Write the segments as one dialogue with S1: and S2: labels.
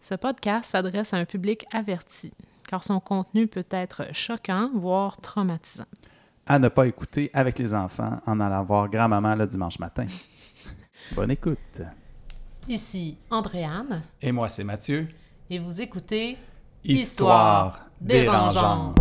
S1: Ce podcast s'adresse à un public averti, car son contenu peut être choquant, voire traumatisant.
S2: À ne pas écouter avec les enfants en allant voir grand-maman le dimanche matin. Bonne écoute.
S1: Ici Andréane,
S3: Et moi, c'est Mathieu.
S1: et vous écoutez
S3: Histoire dérangeante.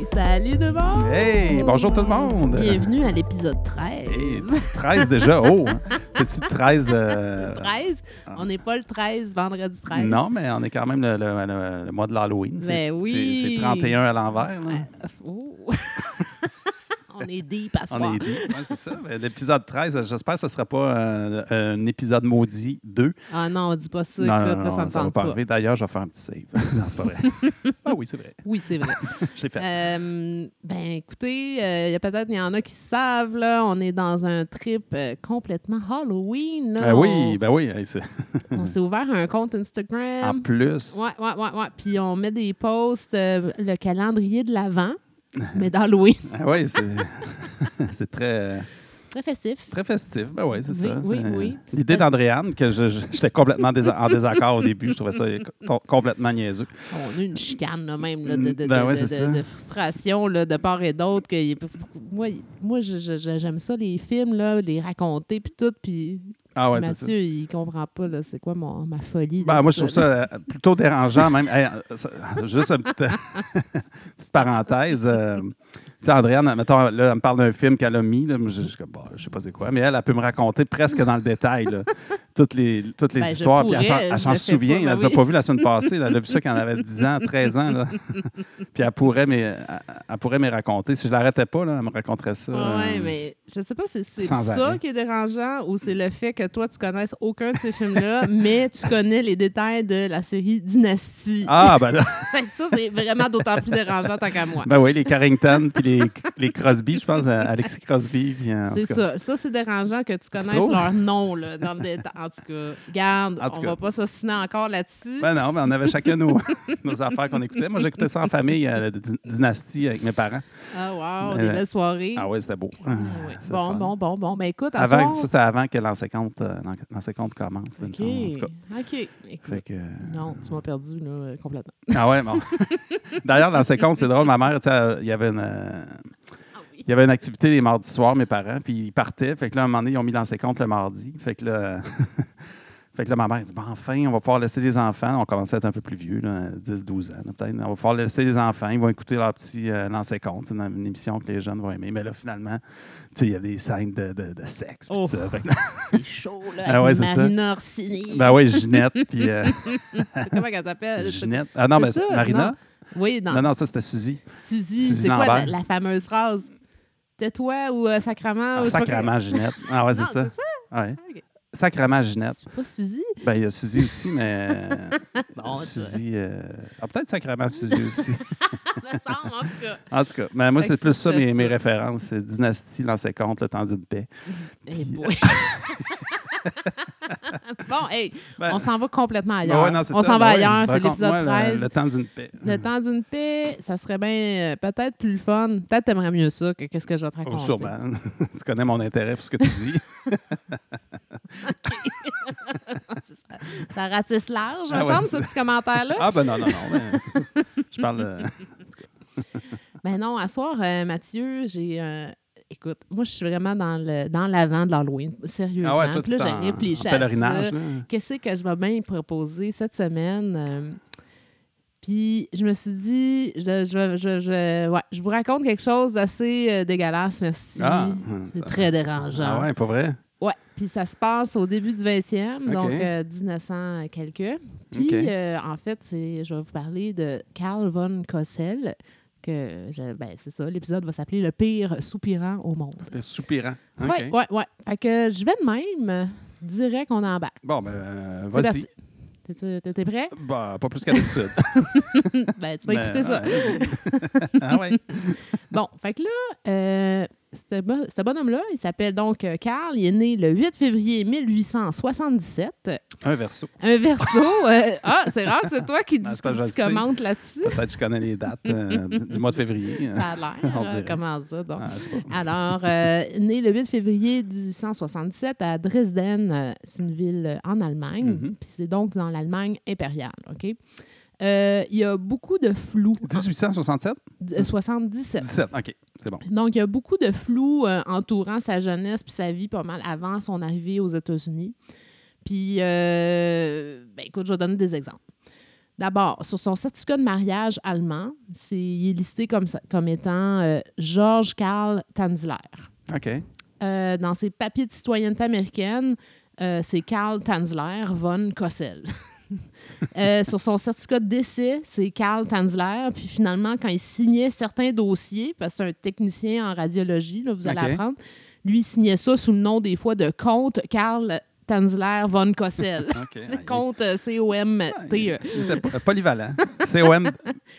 S1: Et Salut tout le monde!
S2: Hey, bonjour tout le monde.
S1: Bienvenue à l'épisode 13.
S2: Hey, 13 déjà. Oh, hein. c'est-tu 13? euh,
S1: 13? On n'est pas le 13, vendredi 13.
S2: Non, mais on est quand même le, le- le- le mois de l'Halloween. C'est-
S1: Ben oui.
S2: C'est c'est 31 à l'envers. là.
S1: Ah, oh. On est deep à ce
S2: On est dit. Ouais, c'est ça. Mais L'épisode 13, j'espère que ce ne sera pas euh, un épisode maudit 2.
S1: Ah non, on dit pas ça.
S2: non,
S1: Écoute, là,
S2: non, non,
S1: ça me
S2: va
S1: tente
S2: pas
S1: pas.
S2: arriver. D'ailleurs, je vais faire un petit save. non, c'est pas vrai. ah oui, c'est vrai.
S1: Oui, c'est vrai.
S2: Je l'ai fait.
S1: Euh, ben écoutez, euh, il y a peut-être il y en a qui savent là, on est dans un trip euh, complètement Halloween. là.
S2: Ben oui,
S1: On-
S2: ben oui. hey, c'est-
S1: On s'est ouvert un compte
S2: En
S1: Instagram.
S2: plus,
S1: Euh, Ouais, ouais, ouais, ouais. Puis on met des posts, euh, le calendrier de l'avant, mais d'Halloween.
S2: Ah oui, c'est c'est très,
S1: Très festif.
S2: très festif. Ben oui, c'est
S1: Oui,
S2: ça.
S1: oui,
S2: C'est-
S1: oui.
S2: L'idée
S1: C'est-
S2: d'Andréane, que je- je- j'étais complètement désa- en désaccord au début, je trouvais ça co- complètement niaiseux.
S1: On a eu une chicane là, même là, de, de,
S2: Ben
S1: de-
S2: ouais,
S1: de-
S2: c'est
S1: de-
S2: ça.
S1: de frustration là, de part et d'autre. que il- Moi, il- moi je- je- je- j'aime ça, les films, là, les raconter, puis tout. Puis
S2: Ah ouais, c'est ça.
S1: Mathieu, il comprend pas là, c'est quoi mon- ma folie.
S2: Ben,
S1: de
S2: moi, je trouve
S1: là.
S2: ça euh, plutôt dérangeant, même. Hey, euh, ça- juste une petite, petite parenthèse. euh, tu sais, Andréane, mettons, là, elle me parle d'un film qu'elle a mis. Là, moi, je, je, comme, bah, je sais pas c'est quoi, mais elle, elle peut me raconter presque dans le détail là, toutes les, toutes les
S1: Ben, je
S2: histoires. Puis elle s'en-
S1: pourrais,
S2: elle
S1: je
S2: s'en
S1: le fais
S2: souvient.
S1: pas,
S2: elle
S1: ben
S2: ne les a
S1: oui.
S2: pas vues la semaine passée. là. elle a vu ça quand elle avait 10 ans, 13 ans. là. Puis elle pourrait, mais, elle, elle pourrait me raconter. Si je l'arrêtais pas, là, elle me raconterait ça. euh,
S1: Ouais, mais je sais pas si c'est
S2: sans
S1: ça
S2: arrêt.
S1: qui est dérangeant ou c'est le fait que toi, tu connaisses aucun de ces films-là, mais tu connais les détails de la série Dynastie.
S2: Ah, ben là.
S1: ça, c'est vraiment d'autant plus dérangeant tant qu'à moi.
S2: Ben oui, les Carrington, puis les, les Crosby, je pense, euh, Alexis Crosby. puis, euh, en
S1: C'est
S2: tout cas.
S1: ça. Ça, c'est dérangeant que tu connaisses
S2: trouves?
S1: leur nom là, dans le détail. En tout cas, garde,
S2: En tout
S1: on
S2: cas.
S1: va pas s'assiner encore là-dessus.
S2: Ben non, mais on avait chacun nos, nos affaires qu'on écoutait. Moi, j'écoutais ça en famille, euh, la dy- dynastie avec mes parents.
S1: ah, wow,
S2: Ben,
S1: des
S2: ben.
S1: belles soirées.
S2: Ah ouais, c'était beau.
S1: Ah ouais.
S2: C'était
S1: Bon,
S2: fun.
S1: bon, bon, bon. Ben écoute, à
S2: Avant,
S1: soir...
S2: ça, c'était avant que l'an 50, euh, l'an- l'an 50 commence. il me
S1: OK.
S2: semble, en tout cas.
S1: OK. Écoute,
S2: Fait que, euh,
S1: Non, tu m'as perdu là, euh, complètement.
S2: Ah ouais, bon. D'ailleurs, l'an 50, c'est drôle. Ma mère, tu sais, elle- il y avait une. euh,
S1: Ah oui.
S2: Il y avait une activité les mardis soirs, mes parents, puis ils partaient. Fait que là, à un moment donné, ils ont mis l'ancien compte le mardi. Fait que là, fait que là ma mère dit Bon, enfin, on va pouvoir laisser les enfants. On commençait à être un peu plus vieux, là, 10, 12 ans, là, peut-être. On va pouvoir laisser les enfants. Ils vont écouter leur petit euh, l'ancien compte. C'est une, une émission que les jeunes vont aimer. Mais là, finalement, tu sais, il y a des scènes de, de, de sexe. puis
S1: Oh.
S2: ça. Fait que là-
S1: C'est chaud, là.
S2: Ah
S1: avec
S2: ouais, c'est ça.
S1: Marina Orsini.
S2: ben oui, Ginette, puis euh,
S1: C'est comment qu'elle s'appelle?
S2: Ginette. Ah non,
S1: C'est
S2: mais
S1: ça,
S2: Marina.
S1: non. Oui,
S2: Non.
S1: non.
S2: non, ça, c'était Suzy.
S1: Suzy,
S2: Suzy
S1: c'est quoi la,
S2: Lambert.
S1: la fameuse phrase? Tais-toi ou euh, sacrement?
S2: Ah,
S1: ou je sais pas
S2: sacrament, Ginette. Ah
S1: quoi.
S2: ouais, c'est
S1: Non,
S2: ça.
S1: c'est ça?
S2: Ouais.
S1: Ok.
S2: Sacrament, Ginette.
S1: C'est pas Suzy?
S2: Ben, il y a Suzy aussi, mais.
S1: Bon, ça-
S2: Suzy. euh, Ah, peut-être sacrément Suzy aussi.
S1: me semble, en tout cas.
S2: en tout cas, mais moi,
S1: Fait que
S2: c'est plus ça,
S1: c'était
S2: mes, mes
S1: ça.
S2: références. C'est Dynastie, Lancer Compte, Le Temps d'une Paix.
S1: Eh boy. euh, bon, hey,
S2: Ben,
S1: on s'en va complètement
S2: ben
S1: ailleurs.
S2: ouais, non, c'est
S1: on
S2: ça,
S1: s'en va
S2: ben ouais.
S1: ailleurs, c'est
S2: Raconte-moi
S1: l'épisode
S2: le-
S1: 13.
S2: Le, Temps d'une Paix.
S1: Le temps d'une paix, ça serait bien euh, peut-être plus le fun. Peut-être t'aimerais mieux ça que qu'est-ce que je vais te
S2: Oh,
S1: raconter.
S2: sûrement. tu connais mon intérêt pour ce que tu dis.
S1: C'est ça, ça ratisse large,
S2: Ah
S1: me
S2: ouais,
S1: semble,
S2: c'est
S1: ce petit commentaire-là.
S2: ah, ben non, non, non. mais je parle. euh,
S1: Ben non, à soir, euh, Mathieu, j'ai. euh, écoute, moi, je suis vraiment dans le dans l'avant de l'Halloween, sérieusement.
S2: Ah ouais, toi,
S1: Puis là,
S2: tout en-
S1: j'ai réfléchi
S2: en
S1: à
S2: pèlerinage,
S1: ça.
S2: là.
S1: Qu'est-ce que je vais bien proposer cette semaine? euh, puis je me suis dit, je, je, je, je- ouais, je vous raconte quelque chose d'assez euh, dégueulasse, merci.
S2: Ah,
S1: C'est
S2: ça-
S1: très dérangeant.
S2: Ah, ouais, pas vrai?
S1: Ouais, puis ça se passe au début du 20e,
S2: Ok.
S1: donc euh, 1900 et quelques. Puis
S2: Ok.
S1: euh, en fait, c'est, je vais vous parler de Carl von Kossel, que je- ben, c'est ça, l'épisode va s'appeler Le pire soupirant au monde.
S2: Soupirant. OK.
S1: Ouais, ouais, ouais. Fait que je vais de même, direct qu'on embarque.
S2: Bon, ben, euh,
S1: C'est
S2: vas-y.
S1: parti. T'es- T'es t'es prêt?
S2: Bah, pas plus qu'à d'habitude.
S1: ben, tu vas
S2: Mais,
S1: écouter ça.
S2: ouais. ah, ouais.
S1: Bon, fait que là, euh, ce bon- ce bonhomme-là, il s'appelle donc euh, Carl. Il est né le 8 février 1877.
S2: Un verso.
S1: Un verso. euh, ah, c'est rare que c'est toi qui, dis,
S2: Attends, je
S1: qui
S2: le sais.
S1: commentes là-dessus.
S2: Peut-être que je connais les dates euh, du mois de février.
S1: Ça a l'air.
S2: On
S1: euh,
S2: dirait.
S1: comment ça, donc?
S2: Ah, je sais pas.
S1: Alors, euh, né le 8 février 1877 à Dresden, euh, c'est une ville euh, en Allemagne,
S2: Mhm.
S1: puis c'est donc dans l'Allemagne impériale, OK? Euh, Il y a beaucoup de flou.
S2: 1867?
S1: D- euh, 77.
S2: 17, OK. C'est bon.
S1: Donc, il y a beaucoup de flou euh, entourant sa jeunesse puis sa vie pas mal avant son arrivée aux États-Unis. Puis, euh, ben, écoute, je vais donner des exemples. D'abord, sur son certificat de mariage allemand, c'est, il est listé comme, ça- comme étant euh, George Karl Tanzler.
S2: OK.
S1: Euh, dans ses papiers de citoyenneté américaine, euh, c'est Karl Tanzler von Kossel. Euh, sur son certificat de décès, c'est Karl Tanzler. Puis finalement, quand il signait certains dossiers, parce que c'est un technicien en radiologie, là, vous allez
S2: OK.
S1: apprendre, lui, il signait ça sous le nom des fois de comte Karl Tanzler von Kossel.
S2: OK.
S1: comte euh, C-O-M-T-E.
S2: C'était euh, Polyvalent. C-O-M...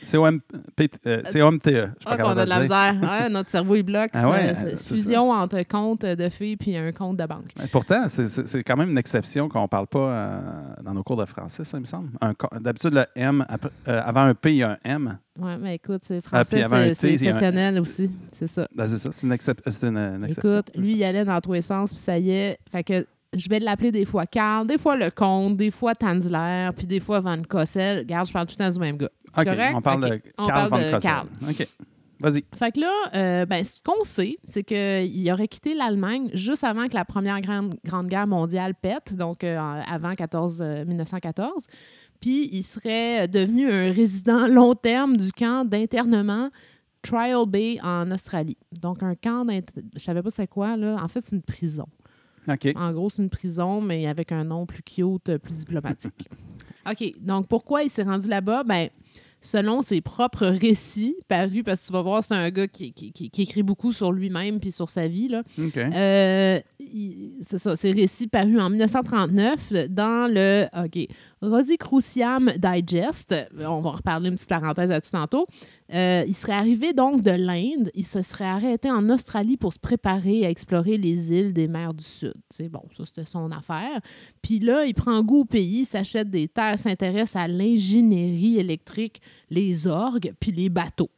S2: C-O-M-P- euh, C-O-M-T-E. Je suis
S1: Ah,
S2: pas
S1: qu'on
S2: capable
S1: a de la
S2: le dire.
S1: misère. hein, notre cerveau, il bloque.
S2: Ah
S1: C'est-
S2: ouais,
S1: c'est
S2: c'est ça.
S1: fusion entre compte de fées puis un compte de banque.
S2: Mais Pourtant, c'est- c'est c'est quand même une exception qu'on ne parle pas euh, dans nos cours de français, ça, il me semble. Un co- D'habitude, le M, après- euh, avant un P, il y a un M.
S1: Oui, mais écoute, c'est
S2: Ah, puis
S1: français,
S2: il y avait
S1: c'est-
S2: un T,
S1: c'est
S2: il y a un-
S1: exceptionnel aussi. C'est ça.
S2: Ben, c'est ça, c'est une, excep- euh, c'est une- une exception.
S1: Écoute, lui, il allait dans tous les sens, puis ça y est. Fait que je vais l'appeler des fois Carl, des fois le Comte, des fois Tanzler, puis des fois Van Cossel. Regarde, je parle tout le temps du même gars. C'est
S2: OK,
S1: correct?
S2: on parle
S1: OK.
S2: de
S1: On parle
S2: Carl von
S1: de
S2: Kossel.
S1: Karl.
S2: OK. Vas-y.
S1: Fait que là, euh, ben, ce qu'on sait, c'est qu'il aurait quitté l'Allemagne juste avant que la Première Grande, Grande Guerre mondiale pète, donc euh, en- avant 14, euh, 1914. Puis il serait euh, devenu un résident long terme du camp d'internement Trial Bay en Australie. Donc un camp d'int- Je savais pas c'est quoi, là. En fait, c'est une prison.
S2: OK.
S1: En gros, c'est une prison, mais avec un nom plus cute, euh, plus diplomatique. OK. Donc, pourquoi il s'est rendu là-bas? Ben, selon ses propres récits parus, parce que tu vas voir, c'est un gars qui, qui- qui- qui écrit beaucoup sur lui-même puis sur sa vie. Là.
S2: OK.
S1: Euh, il- c'est ça, ses récits parus en 1939 dans le OK, Rosicruciam Digest. Euh, On va reparler une petite parenthèse là-dessus tantôt. Euh, il serait arrivé donc de l'Inde. Il se serait arrêté en Australie pour se préparer à explorer les îles des mers du Sud. Tu sais, bon, ça, c'était son affaire. Puis là, il prend goût au pays, il s'achète des terres, s'intéresse à l'ingénierie électrique, les orgues, puis les bateaux.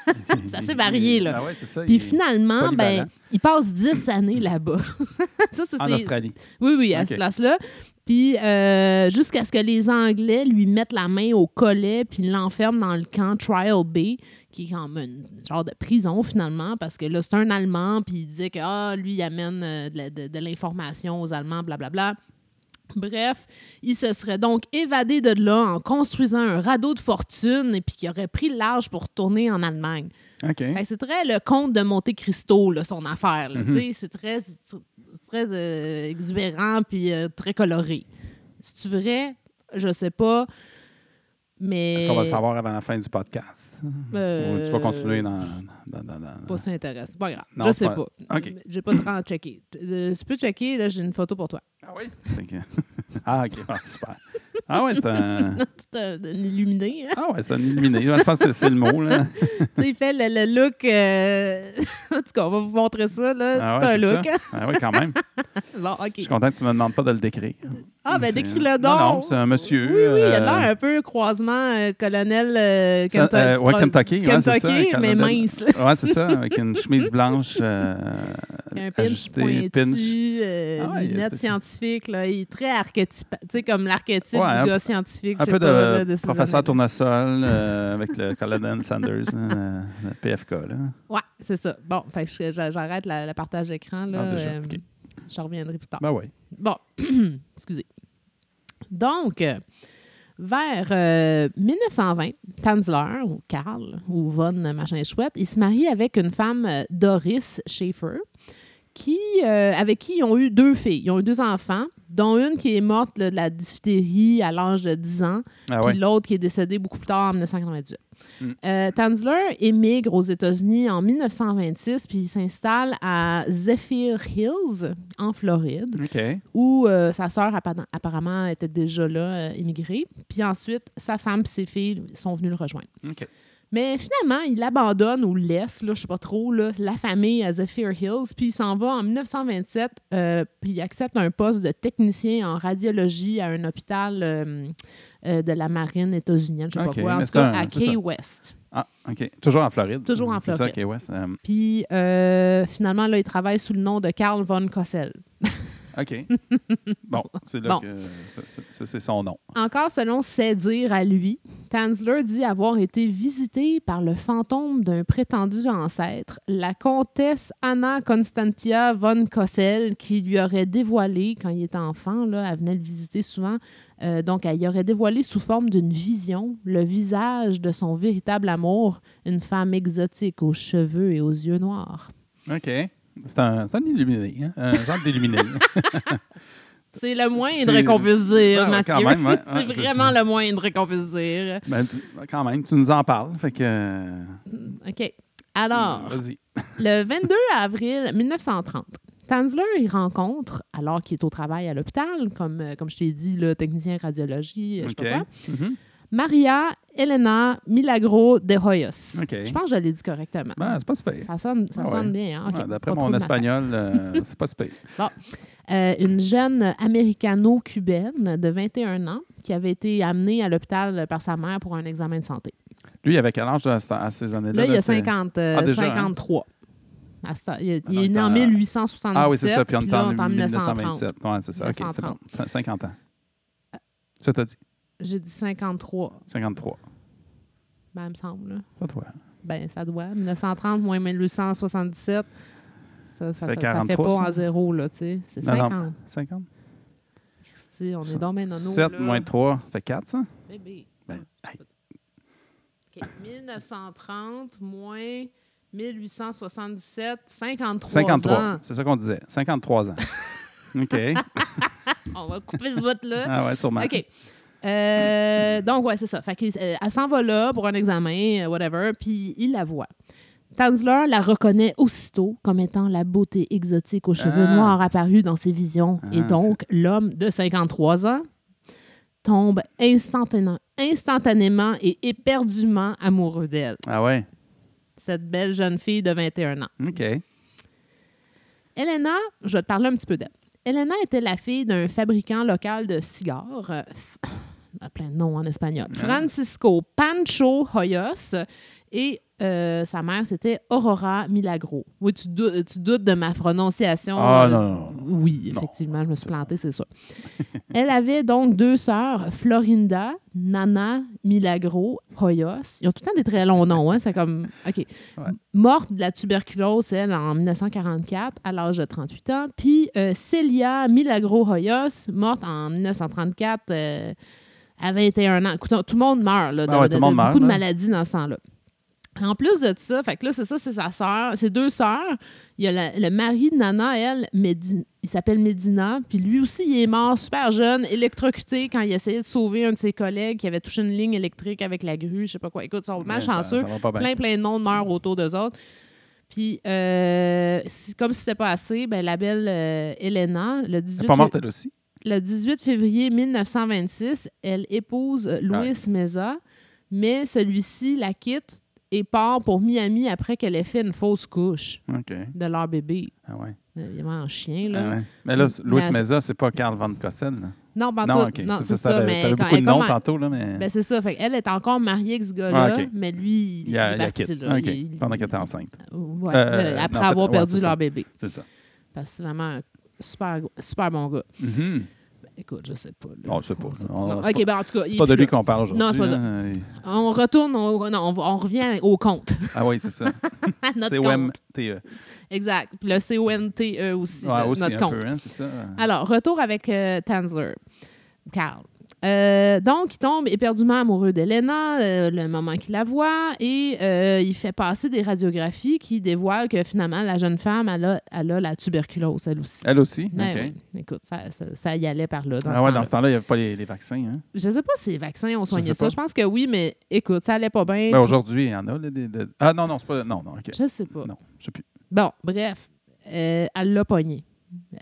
S1: c'est assez varié, là.
S2: Ah ouais, c'est ça.
S1: Puis
S2: il-
S1: finalement,
S2: polyvalent.
S1: ben, il passe 10 années là-bas. ça, c'est-
S2: En
S1: c'est-
S2: Australie.
S1: Oui, oui, à
S2: Ok.
S1: cette place-là. Puis euh, jusqu'à ce que les Anglais lui mettent la main au collet puis l'enferment dans le camp Trial Bay, qui est comme une genre de prison finalement, parce que là, c'est un Allemand, puis il disait que ah, lui, il amène euh, de la- de de l'information aux Allemands, blablabla. Bref, il se serait donc évadé de là en construisant un radeau de fortune et puis qu'il aurait pris le large pour retourner en Allemagne.
S2: OK.
S1: Fait que c'est très le conte de Monte Cristo, là, son affaire.
S2: Mm-hmm.
S1: là. Tu sais, C'est très, c'est très euh, exubérant puis euh, très coloré. C'est-tu vrai? Je sais pas. Mais.
S2: Est-ce qu'on va le savoir avant la fin du podcast?
S1: euh,
S2: Ou tu vas continuer dans. dans, dans, dans-
S1: Pas ça intéresse. C'est pas grave.
S2: Non,
S1: je
S2: c'est
S1: sais
S2: pas-
S1: pas.
S2: OK.
S1: J'ai pas de temps à checker. Euh, tu peux checker, là, j'ai une photo pour toi.
S2: Ah oui? ah, OK. Ah, super. Ah ouais, c'est un.
S1: C'est un, un illuminé. hein?
S2: Ah ouais, c'est un illuminé. Je pense que c'est- c'est le mot, là.
S1: tu sais, il fait le, le look. euh, en tout cas, on va vous montrer ça. là.
S2: Ah
S1: c'est
S2: ouais,
S1: un
S2: c'est
S1: look.
S2: ça. Ah oui, quand même.
S1: Bon,
S2: Je suis
S1: OK.
S2: content que tu me demandes pas de le décrire.
S1: Ah, ben
S2: C'est-
S1: décris-le donc.
S2: Non, non, c'est un monsieur.
S1: Oui, oui, il a l'air
S2: euh,
S1: un peu croisement euh, colonel euh,
S2: Ça,
S1: Kentucky.
S2: euh, ouais, Kentucky, ouais, c'est ça,
S1: Kentucky,
S2: un
S1: mais
S2: colonel.
S1: mince.
S2: Ouais, c'est ça, avec une chemise blanche euh,
S1: Un pinch
S2: ajustée,
S1: pointu,
S2: pinch.
S1: euh,
S2: Ah ouais, il y a
S1: lunettes
S2: spécial.
S1: scientifiques. Là, il est très archétypal. Tu sais, comme l'archétype du
S2: Ouais, un-
S1: gars scientifique.
S2: Un
S1: je
S2: peu
S1: sais pas, là,
S2: de,
S1: de ces
S2: professeur
S1: années-là.
S2: tournesol euh, avec le Colonel Sanders, euh, le PFK. Là.
S1: Ouais, c'est ça. Bon, fait que je- j'a- j'arrête la- le partage d'écran. là.
S2: Ah, déjà,
S1: euh,
S2: ok.
S1: Je reviendrai plus tard.
S2: Ben oui.
S1: Bon, excusez. Donc, euh, vers euh, 1920, Tanzler, ou Karl, ou Von Machin Chouette, il se marie avec une femme, euh, Doris Schaefer, qui, euh, avec qui ils ont eu deux filles. Ils ont eu deux enfants, dont une qui est morte là, de la diphtérie à l'âge de 10 ans,
S2: Ah
S1: puis
S2: ouais.
S1: l'autre qui est décédé beaucoup plus tard, en 1998.
S2: Mm.
S1: Euh, Tanzler émigre aux États-Unis en 1926, puis il s'installe à Zephyr Hills, en Floride
S2: OK.
S1: où euh, sa sœur appa- apparemment était déjà là, euh, émigrée. Puis ensuite, sa femme et ses filles sont venues le rejoindre.
S2: OK.
S1: Mais finalement, il abandonne ou laisse, là, je sais pas trop, là, la famille à Zephyr Hills, puis il s'en va en 1927, euh, puis il accepte un poste de technicien en radiologie à un hôpital euh, euh, de la marine états-unienne, je sais
S2: Ok,
S1: pas quoi, en
S2: mais
S1: tout
S2: c'est
S1: cas,
S2: un-
S1: à
S2: c'est ça.
S1: Key West.
S2: Ah, OK. Toujours en Floride.
S1: Toujours en
S2: C'est ça,
S1: Floride.
S2: Key West. Euh,
S1: Puis euh, finalement, là, il travaille sous le nom de Carl von Kossel.
S2: OK. bon, c'est là
S1: Bon.
S2: que. ça, ça, c'est son nom.
S1: Encore selon ses dires à lui, Tanzler dit avoir été visité par le fantôme d'un prétendu ancêtre, la comtesse Anna Constantia von Kossel, qui lui aurait dévoilé, quand il était enfant, là, elle venait le visiter souvent, euh, donc elle y aurait dévoilé sous forme d'une vision le visage de son véritable amour, une femme exotique aux cheveux et aux yeux noirs.
S2: OK. C'est un, c'est un illuminé, hein? un genre d'illuminé.
S1: C'est le moindre
S2: C'est-
S1: qu'on puisse dire,
S2: Ah ouais,
S1: Mathieu.
S2: quand même, ouais.
S1: c'est
S2: Ouais, je-
S1: vraiment le moindre qu'on puisse dire.
S2: Ben, tu- quand même, tu nous en parles. Fait que. euh,
S1: OK. Alors,
S2: Vas-y.
S1: le 22 avril 1930, Tanzler, il rencontre, alors qu'il est au travail à l'hôpital, comme, euh, comme je t'ai dit, le technicien radiologie, euh, je sais pas quoi,
S2: Mhm.
S1: Maria Elena Milagro de Hoyos.
S2: OK.
S1: Je pense que je l'ai dit correctement.
S2: Ben, c'est pas super.
S1: ça sonne, ça
S2: Ah ouais.
S1: sonne bien. Hein? OK,
S2: D'après
S1: pas trop
S2: mon
S1: de massacre.
S2: espagnol, euh, c'est pas super.
S1: Euh, une jeune américano-cubaine de 21 ans qui avait été amenée à l'hôpital par sa mère pour un examen de santé.
S2: Lui, il avait quel âge à, ce temps- à ces années-là?
S1: Là, il y a
S2: c'est-
S1: 50, euh,
S2: Ah, déjà, hein?
S1: 53. À ce temps- Il, est-
S2: Ah,
S1: il
S2: donc,
S1: est né en
S2: t'as-
S1: 1877.
S2: Ah oui, c'est ça. Puis on est
S1: là,
S2: en
S1: on est en
S2: 1927. Oui, c'est ça. OK, c'est bon.
S1: 1930.
S2: Cin- 50 ans. Ça t'a dit?
S1: J'ai dit 53,
S2: 53.
S1: ben, il me semble. là.
S2: Pas toi.
S1: Ben, ça doit. 1930 moins 1877, ça, ça,
S2: fait
S1: fait, ça fait
S2: 43,
S1: pas
S2: ça.
S1: en zéro, là, tu sais. C'est
S2: Non, non.
S1: 50.
S2: Cinquante?
S1: Christy, on est dans ben nono,
S2: 7
S1: là.
S2: moins 3, ça fait 4, ça?
S1: Bébé.
S2: Ben, aïe.
S1: OK, 1930 moins 1877, 53,
S2: 53,
S1: ans.
S2: c'est ça qu'on disait. 53 ans. OK.
S1: On va couper ce bout-là.
S2: Ah ouais, sûrement.
S1: OK. Euh, donc, ouais, c'est ça. Fait que, euh, elle s'en va là pour un examen, euh, whatever, puis il la voit. Tanzler la reconnaît aussitôt comme étant la beauté exotique aux cheveux
S2: Ah.
S1: noirs apparue dans ses visions.
S2: Ah,
S1: Et donc, l'homme de 53 ans tombe instantanément, instantanément et éperdument amoureux d'elle,
S2: Ah ouais,
S1: cette belle jeune fille de 21 ans.
S2: OK.
S1: Elena, je vais te parler un petit peu d'elle. Elena était la fille d'un fabricant local de cigares. euh, f- il a plein de noms en espagnol. Francisco Pancho Hoyos et euh, sa mère, c'était Aurora Milagro. Oui, tu, dou- tu doutes de ma prononciation.
S2: Ah
S1: euh,
S2: non, non, non.
S1: Oui,
S2: Non.
S1: effectivement, je me suis plantée, c'est sûr. Elle avait donc deux sœurs, Florinda, Nana, Milagro, Hoyos. Ils ont tout le temps des très longs noms, hein? C'est comme. OK.
S2: Ouais.
S1: Morte de la tuberculose, elle, en 1944, à l'âge de 38 ans. Puis euh, Celia Milagro Hoyos, morte en 1934, euh, à 21 ans. Écoute, tout le monde meurt, là, de,
S2: Ah ouais,
S1: de-
S2: tout le monde
S1: de
S2: meurt,
S1: beaucoup de
S2: là.
S1: maladies dans ce temps-là. En plus de ça, fait que là, c'est ça, c'est sa sœur, c'est deux sœurs. Il y a la- le mari de Nana, elle, Médi- il s'appelle Médina, puis lui aussi, il est mort super jeune, électrocuté quand il essayait de sauver un de ses collègues qui avait touché une ligne électrique avec la grue, je sais pas quoi. Écoute, ils sont
S2: Mais ça-
S1: malchanceux.
S2: ça va pas bien.
S1: Plein, plein de monde meurent autour d'eux autres. Puis, euh, si- comme si c'était pas assez, ben, la belle euh, Elena, le
S2: Elle
S1: 18,
S2: est pas morte, elle aussi?
S1: le 18 février 1926, elle épouse euh, Luis Meza, mais celui-ci la quitte et part pour Miami après qu'elle ait fait une fausse couche
S2: OK.
S1: de leur bébé.
S2: Ah ouais.
S1: Évidemment, en chien, là.
S2: Ah ouais. Mais là, Louis
S1: Mais-
S2: Meza, c'est pas Carl Van Cossel. là.
S1: Non, pas en
S2: Non,
S1: tout.
S2: OK.
S1: Non,
S2: Ça,
S1: c'est
S2: ça,
S1: ça,
S2: t'avais-
S1: mais quand
S2: t'avais beaucoup de
S1: elle
S2: noms
S1: commence-
S2: tantôt, là, mais.
S1: Ben, c'est ça. Fait elle est encore mariée avec ce gars-là,
S2: Ah, OK.
S1: mais lui, il,
S2: Il y
S1: est
S2: a, il y a
S1: parti,
S2: quitte.
S1: là.
S2: OK.
S1: Il-
S2: Pendant qu'elle était enceinte.
S1: Ouais,
S2: Euh,
S1: le-
S2: non,
S1: après
S2: en fait,
S1: avoir
S2: ouais,
S1: perdu
S2: c'est
S1: leur
S2: ça.
S1: bébé.
S2: C'est ça.
S1: Parce que c'est vraiment un super, super bon gars.
S2: Mhm.
S1: Écoute, je sais pas. là.
S2: On le sait pas.
S1: On sait pas.
S2: On-
S1: Non,
S2: c'est
S1: OK, ben en tout cas, il
S2: C'est
S1: est
S2: pas de
S1: plus
S2: lui
S1: là.
S2: qu'on parle aujourd'hui.
S1: Non, c'est pas
S2: là. Il-
S1: On retourne, au- non, on, va- on revient au compte.
S2: Ah oui, c'est ça.
S1: à notre
S2: C'est
S1: compte.
S2: OMTE.
S1: Exact. Puis le CONTE E aussi,
S2: Ouais,
S1: le-
S2: E. aussi,
S1: notre
S2: un
S1: compte. Ah,
S2: peu, hein, c'est ça.
S1: Alors, retour avec euh, Tanzler. Carl. Euh, donc, il tombe éperdument amoureux d'Elena euh, le moment qu'il la voit et euh, il fait passer des radiographies qui dévoilent que finalement, la jeune femme, elle a, elle a la tuberculose, elle aussi.
S2: Elle aussi?
S1: Ben
S2: OK.
S1: oui. Écoute, ça, ça- ça y allait par là. Dans
S2: ah
S1: ce
S2: ouais,
S1: temps-là.
S2: dans ce temps-là, il n'y avait pas les, les vaccins. Hein?
S1: Je sais pas si les vaccins ont soigné
S2: sais
S1: ça.
S2: pas.
S1: Je pense que oui, mais écoute, ça allait pas bien.
S2: Ben, aujourd'hui, il y en a. là, des- des- Ah non, non, c'est pas. Non, non, OK.
S1: Je sais pas.
S2: Non, je sais plus.
S1: Bon, bref, euh, elle l'a pogné.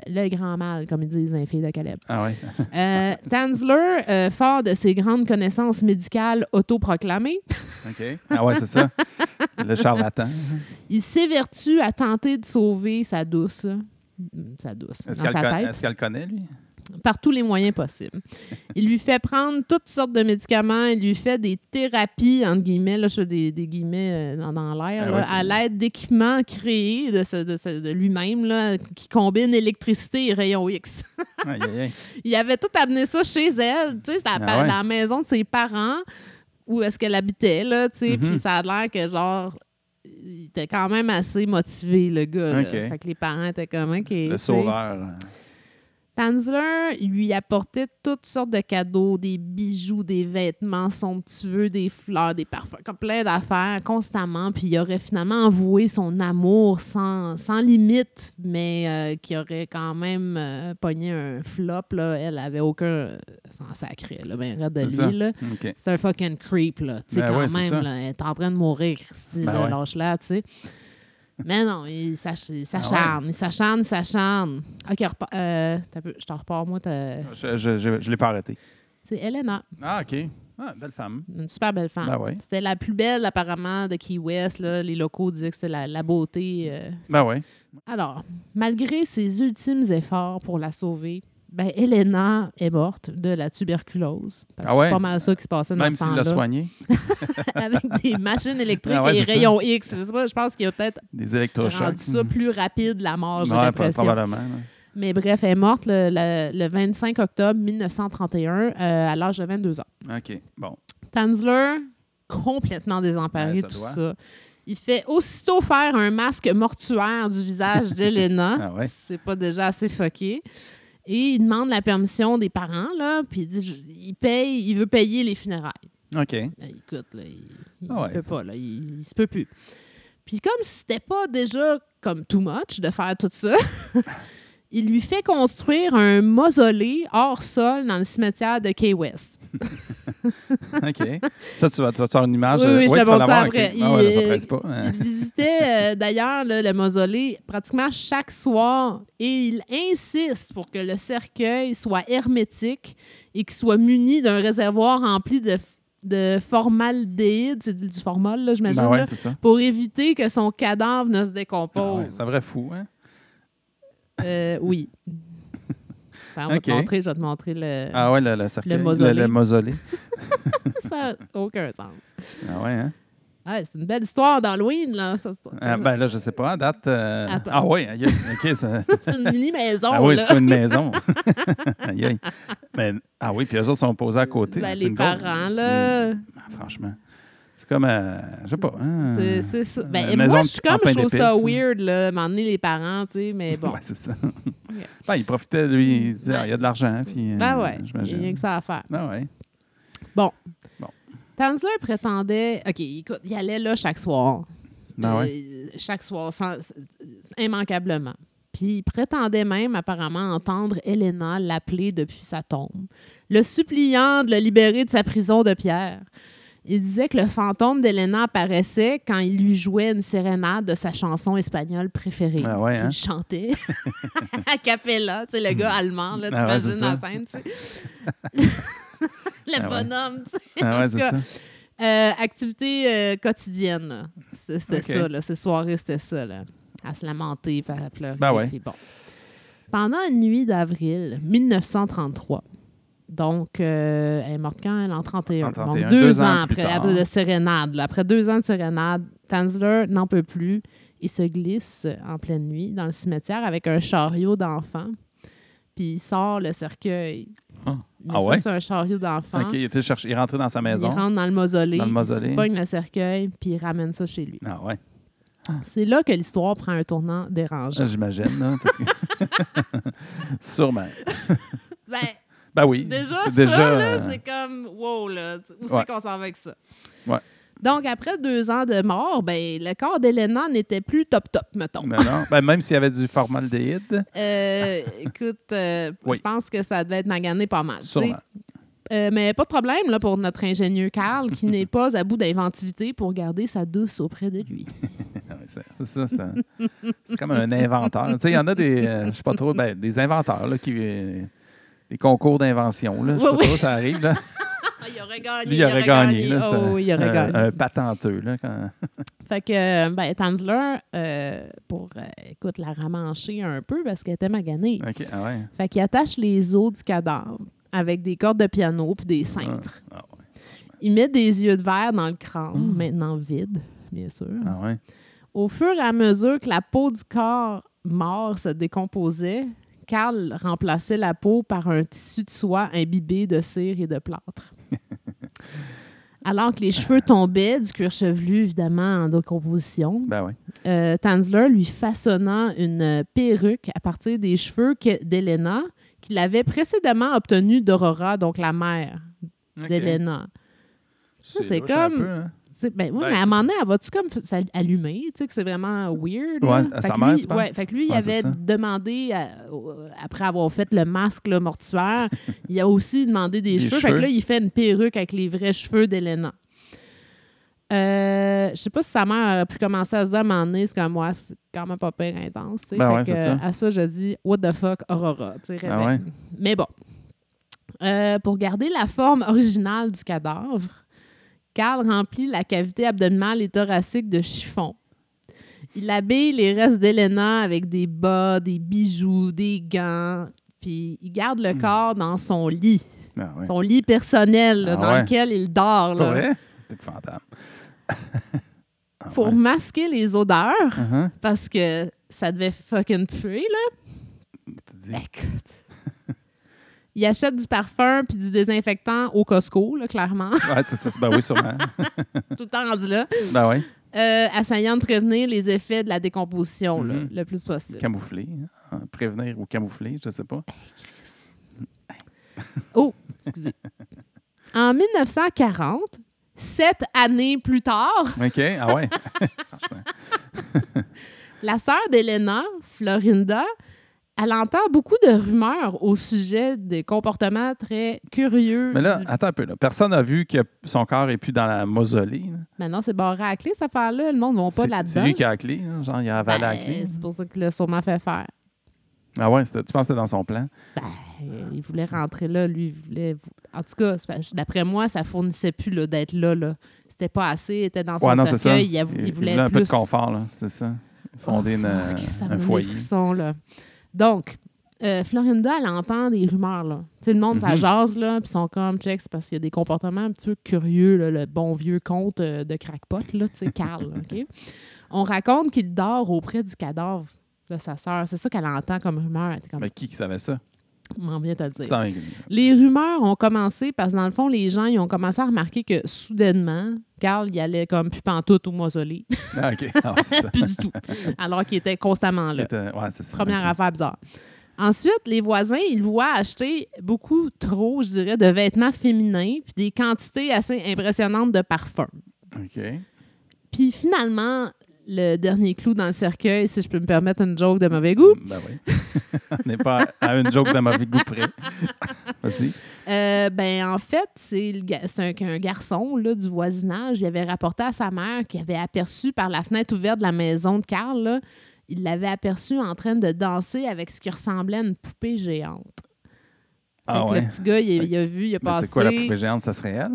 S1: Le grand mal, comme ils disent les filles de Caleb.
S2: Ah ouais.
S1: Euh, Tanzler, euh, fort de ses grandes connaissances médicales autoproclamées,
S2: OK. Ah ouais, c'est ça. Le charlatan.
S1: Il s'évertue à tenter de sauver sa douce, là. Mm, sa douce,
S2: Est-ce
S1: dans
S2: qu'elle
S1: sa
S2: con-
S1: tête,
S2: est-ce qu'elle connaît, lui?
S1: par tous les moyens possibles. Il lui fait prendre toutes sortes de médicaments, il lui fait des thérapies, entre guillemets, là, je fais des, des guillemets euh, dans, dans l'air,
S2: Ah
S1: là,
S2: ouais, c'est-
S1: à l'aide d'équipements créés de, ce- de ce- de lui-même, là, qui combinent électricité et rayons X.
S2: Aïe, aïe, aïe.
S1: Il avait tout amené ça chez elle, tu sais, c'était à
S2: Ah
S1: pa-
S2: ouais.
S1: dans la maison de ses parents où est-ce qu'elle habitait, là, tu sais,
S2: Mhm.
S1: puis ça a l'air que, genre, il était quand même assez motivé, le gars, là.
S2: Ok.
S1: Fait que les parents étaient comme, OK,
S2: Le
S1: tu sais.
S2: sauveur.
S1: Tanzler lui apportait toutes sortes de cadeaux, des bijoux, des vêtements somptueux, des fleurs, des parfums, comme plein d'affaires constamment. Puis il aurait finalement avoué son amour sans, sans limite, mais euh, qui aurait quand même euh, pogné un flop. Là. Elle avait aucun. euh, sans sacré, là, ben, raide de
S2: C'est ça.
S1: lui. là.
S2: OK.
S1: C'est un fucking creep, là. Tu sais,
S2: Ben
S1: quand
S2: ouais, c'est ça.
S1: même, là, elle est en train de mourir, Christy,
S2: Ben
S1: là,
S2: ouais.
S1: lâche-la, tu sais. Mais non, il s'ach- il
S2: Ah
S1: s'acharne, il s'acharne, il s'acharne. OK, repa- euh, t'as peu- je t'en repars, moi. t'as-
S2: Je, je, je, je l'ai pas arrêté.
S1: C'est Elena,
S2: Ah, OK. Ah, belle femme.
S1: une super belle femme.
S2: Ben ouais.
S1: C'était la plus belle, apparemment, de Key West. là. Les locaux disaient que c'était la, la beauté. euh.
S2: Ben oui.
S1: Alors, malgré ses ultimes efforts pour la sauver, ben, Elena est morte de la tuberculose. Parce que
S2: Ah ouais?
S1: C'est pas mal ça qui se passait dans
S2: Même
S1: ce
S2: s'il l'a
S1: temps-là.
S2: soigné.
S1: avec des machines électriques
S2: Ah ouais,
S1: et
S2: c'est ça.
S1: rayons X. Je sais pas, je pense qu'il a peut-être
S2: Des
S1: rendu
S2: électrochocs.
S1: ça plus rapide, la mort, j'ai
S2: Ouais, pro-
S1: l'impression.
S2: probablement. là.
S1: Mais bref, elle est morte le, le- le 25 octobre 1931 euh, à l'âge de 22 ans.
S2: OK. Bon.
S1: Tanzler, complètement désemparé
S2: Ouais,
S1: de
S2: ça
S1: tout
S2: doit.
S1: ça. Il fait aussitôt faire un masque mortuaire du visage d'Elena.
S2: Ah ouais.
S1: C'est pas déjà assez fucké. Et il demande la permission des parents, là, puis il dit, je- il paye, il veut payer les funérailles.
S2: OK.
S1: Là, Ben, écoute, là, il, il
S2: Ah ouais,
S1: peut
S2: ça-
S1: pas, là, il, il se peut plus. Puis comme si c'était pas déjà comme too much de faire tout ça, il lui fait construire un mausolée hors sol dans le cimetière de Key West.
S2: OK. Ça, tu vas, tu vas te faire une image.
S1: Oui,
S2: euh,
S1: oui, je
S2: tu
S1: te montre
S2: vas l'avoir,
S1: ça
S2: OK.
S1: après.
S2: Ah ouais,
S1: Il-
S2: ça presse pas. hein.
S1: Il visitait euh, d'ailleurs là, le mausolée pratiquement chaque soir et il insiste pour que le cercueil soit hermétique et qu'il soit muni d'un réservoir rempli de, de formaldéhyde, c'est du du formol, là, j'imagine,
S2: Ben ouais,
S1: là,
S2: c'est ça.
S1: pour éviter que son cadavre ne se
S2: Ah ouais,
S1: décompose.
S2: c'est un vrai fou, hein?
S1: Euh, oui. Attends, on va te
S2: Ok.
S1: montrer, je vais te montrer le.
S2: Ah ouais, le, le cercueil.
S1: mausolée.
S2: Le mausolée.
S1: Ça n'a aucun sens.
S2: Ah ouais, hein?
S1: Ouais, c'est une belle histoire d'Halloween, là. ça, ça.
S2: Ah, ben là, je sais pas, à date. euh,
S1: Attends.
S2: Ah ouais, aïe, aïe, OK. Ça...
S1: c'est une mini maison,
S2: Ah oui,
S1: là.
S2: c'est une maison. Aïe, aïe. Mais- ah oui, puis eux autres sont posés à côté.
S1: Ben,
S2: C'est
S1: les
S2: une grosse-
S1: parents,
S2: c'est-
S1: là.
S2: Ah, franchement. C'est comme, euh, je sais pas. hein,
S1: C'est c'est ça. Ben,
S2: la
S1: et
S2: maison
S1: moi,
S2: de-
S1: je suis
S2: en
S1: comme,
S2: pain
S1: je trouve ça
S2: d'épices,
S1: weird, là, m'emmener les parents, tu sais, mais bon.
S2: Ouais, c'est ça. Ben, il profitait, lui, il disait, Ah, il y a de l'argent, puis. euh,
S1: Ben ouais, il y a
S2: j'imagine.
S1: rien que ça à faire.
S2: Ben ouais.
S1: Tanzler prétendait. OK, écoute, il allait là chaque soir.
S2: Ben ouais.
S1: Euh, chaque soir, sans- immanquablement. Puis il prétendait même apparemment entendre Elena l'appeler depuis sa tombe, le suppliant de le libérer de sa prison de pierre. Il disait que le fantôme d'Elena apparaissait quand il lui jouait une sérénade de sa chanson espagnole préférée.
S2: Ah ouais,
S1: Puis
S2: hein?
S1: Il chantait à cappella, tu sais, le gars allemand, là,
S2: Ah ouais,
S1: t'imagines
S2: c'est
S1: la
S2: ça.
S1: scène, tu sais. le
S2: Ah ouais.
S1: bonhomme, tu sais.
S2: Ah
S1: en
S2: ouais,
S1: tout
S2: c'est
S1: cas,
S2: ça.
S1: Euh, activité euh, quotidienne. là. C'est- C'était
S2: Ok.
S1: ça, là. Ces soirées, c'était ça, là. À se lamenter, puis à pleurer.
S2: Ben ouais.
S1: puis bon. Pendant une nuit d'avril 1933, donc, euh, elle est morte quand, elle? En 31.
S2: En
S1: Donc,
S2: 31,
S1: deux,
S2: deux
S1: ans,
S2: ans plus
S1: après,
S2: tard.
S1: après de sérénade. là. Après deux ans de sérénade, Tanzler n'en peut plus et se glisse en pleine nuit dans le cimetière avec un chariot d'enfants. Puis il sort le cercueil.
S2: Ah.
S1: Mais
S2: Ah
S1: ça,
S2: ouais?
S1: c'est un chariot d'enfants.
S2: OK, il était chercher. Il est rentré dans sa maison.
S1: Hein? Il rentre dans le mausolée,
S2: Dans le mausolée.
S1: il se pogne le cercueil, puis il ramène ça chez lui.
S2: Ah ouais.
S1: C'est là que l'histoire prend un tournant dérangeant.
S2: Ah, J'imagine, là. parce que- Sûrement.
S1: Ben,
S2: Ben oui.
S1: déjà,
S2: c'est
S1: ça,
S2: déjà,
S1: là,
S2: euh,
S1: c'est comme, wow, là, tu- où
S2: Ouais.
S1: c'est qu'on s'en va avec ça?
S2: Ouais.
S1: Donc, après deux ans de mort, ben, le corps d'Elena n'était plus top-top, mettons.
S2: Non, non. Ben, même s'il y avait du formaldéhyde,
S1: Euh, écoute, euh,
S2: Oui.
S1: je pense que ça devait être magané pas mal. tu sais.
S2: sûrement.
S1: Euh, mais pas de problème là, pour notre ingénieux Carl, qui n'est pas à bout d'inventivité pour garder sa douce auprès de lui.
S2: Ah oui, C'est c'est ça, c'est un- c'est comme un inventeur. Tu sais, il y en a des, euh, je sais pas trop, ben, des inventeurs, là, qui, euh, des concours d'invention, là. Je sais
S1: Oui,
S2: pas
S1: oui.
S2: trop, ça arrive, là.
S1: Ah, il aurait gagné.
S2: Lui, il aurait gagné. là,
S1: Oh,
S2: c'était
S1: oui, il aurait
S2: un-
S1: gagné.
S2: Un patenteux. Là, quand-
S1: Fait que, euh, ben, Tandler, euh, pour, euh, écoute, la ramancher un peu parce qu'elle était maganée.
S2: OK, ah ouais.
S1: Fait qu'il attache les os du cadavre avec des cordes de piano puis des cintres.
S2: Ah,
S1: Il met des yeux de verre dans le crâne,
S2: Mm.
S1: maintenant vide, bien sûr.
S2: Ah ouais.
S1: Au fur et à mesure que la peau du corps mort se décomposait, Carl remplaçait la peau par un tissu de soie imbibé de cire et de plâtre. Alors que les cheveux tombaient, du cuir chevelu évidemment en décomposition,
S2: Ben oui.
S1: euh, Tanzler lui façonnant une perruque à partir des cheveux que- d'Elena qu'il avait précédemment obtenus d'Aurora, donc la mère d'Elena. Ça, c'est
S2: louche un
S1: comme-
S2: peu, hein?
S1: Tu sais, ben oui,
S2: Ben,
S1: mais à un
S2: c'est-
S1: moment donné, elle va-tu comme s'all- allumer? Tu sais, que c'est vraiment weird.
S2: Ouais,
S1: là?
S2: à
S1: Fait
S2: sa
S1: que
S2: mère,
S1: lui-
S2: tu penses?
S1: ouais, fait que lui, il
S2: Ouais, c'est
S1: avait
S2: ça.
S1: demandé, à- au- après avoir fait le masque là, mortuaire, il a aussi demandé des,
S2: Des
S1: cheveux. Fait
S2: cheveux.
S1: que là, il fait une perruque avec les vrais cheveux d'Elena. Euh, je sais pas si sa mère a pu commencer à se dire à un moment donné, c'est comme moi, c'est quand même pas pire intense. tu sais.
S2: Ben
S1: Fait
S2: ouais, c'est
S1: que,
S2: ça.
S1: À ça, je dis, what the fuck, Aurora. tu sais,
S2: Ah
S1: réveille.
S2: ouais.
S1: Mais bon. Euh, pour garder la forme originale du cadavre, Carl remplit la cavité abdominale et thoracique de chiffon. Il habille les restes d'Elena avec des bas, des bijoux, des gants, puis il garde le
S2: Hmm.
S1: corps dans son lit,
S2: Ah ouais.
S1: son lit personnel, là,
S2: Ah
S1: dans
S2: ouais.
S1: lequel il dort,
S2: Pour
S1: là,
S2: vrai? C'est épouvantable. Ah
S1: pour
S2: ouais.
S1: masquer les odeurs,
S2: Uh-huh.
S1: parce que ça devait fucking puer, là.
S2: Tu dis,
S1: Écoute. Il achète du parfum puis du désinfectant au Costco, là, clairement.
S2: ouais, c'est ça. Ben oui, sûrement.
S1: Tout le temps rendu là.
S2: ben oui.
S1: Euh, essayant de prévenir les effets de la décomposition là,
S2: Mhm.
S1: le plus possible.
S2: Camoufler. hein? Prévenir ou camoufler, je sais pas.
S1: Excusez. En 1940, sept années plus tard,
S2: OK. Ah ouais.
S1: la sœur d'Elena, Florinda, elle entend beaucoup de rumeurs au sujet des comportements très curieux.
S2: Mais là,
S1: du-
S2: attends un peu. Là. Personne n'a vu que son corps est plus dans la mausolée. là.
S1: Maintenant, c'est barré à clé, cette affaire-là. Le monde ne va pas
S2: C'est- C'est
S1: là-dedans.
S2: lui qui a la clé. hein? Genre, il a avalé la
S1: Ben,
S2: clé. hein.
S1: c'est pour ça qu'il l'a sûrement fait faire.
S2: Ah ouais, c'était- tu penses que c'était dans son plan?
S1: Euh,
S2: Ah.
S1: Il voulait rentrer là, lui, il voulait. En tout cas, c'est parce que d'après moi, ça fournissait plus là, d'être là, là. C'était pas assez, il était dans son
S2: Ouais, non, c'est ça.
S1: cercueil, il, av- il voulait
S2: un
S1: plus.
S2: peu de confort, là. C'est ça. Fonder une- euh,
S1: Oh, fuck, ça me
S2: un
S1: met des
S2: foyer.
S1: frissons, là. Donc, euh, Florinda, elle entend des rumeurs, là. Tu sais, le monde, ça
S2: Mhm.
S1: jase, là, puis ils sont comme, check, c'est parce qu'il y a des comportements un petit peu curieux, là, le bon vieux conte euh, de crackpot, là, tu sais, Carl, là, OK? On raconte qu'il dort auprès du cadavre de sa sœur. C'est ça qu'elle entend comme rumeur. Elle était comme,
S2: Mais Ben, qui qui savait ça?
S1: m'en vient te le dire.
S2: C'est dans les-
S1: Les rumeurs ont commencé parce que dans le fond, les gens ils ont commencé à remarquer que soudainement, Carl y allait comme plus pantoute au mausolée.
S2: Ah, OK. Ah ouais, c'est ça.
S1: plus du tout. Alors qu'il était constamment là.
S2: C'était- ouais, c'est ça.
S1: Première affaire bizarre. Ensuite, les voisins, ils le voient acheter beaucoup trop, je dirais, de vêtements féminins, puis des quantités assez impressionnantes de parfums.
S2: OK.
S1: Puis finalement, le dernier clou dans le cercueil, si je peux me permettre une joke de mauvais goût,
S2: Ben oui. On n'est pas à une joke de mauvais goût près. Vas-y.
S1: Euh, ben, en fait, c'est le ga- c'est un, qu'un garçon là, du voisinage. Il avait rapporté à sa mère qu'il avait aperçu par la fenêtre ouverte de la maison de Carl. là, il l'avait aperçu en train de danser avec ce qui ressemblait à une poupée géante. Fait
S2: Ah
S1: que
S2: ouais.
S1: Le petit gars, il, il a vu, il a
S2: Mais
S1: passé.
S2: c'est quoi la poupée géante? Ça serait elle?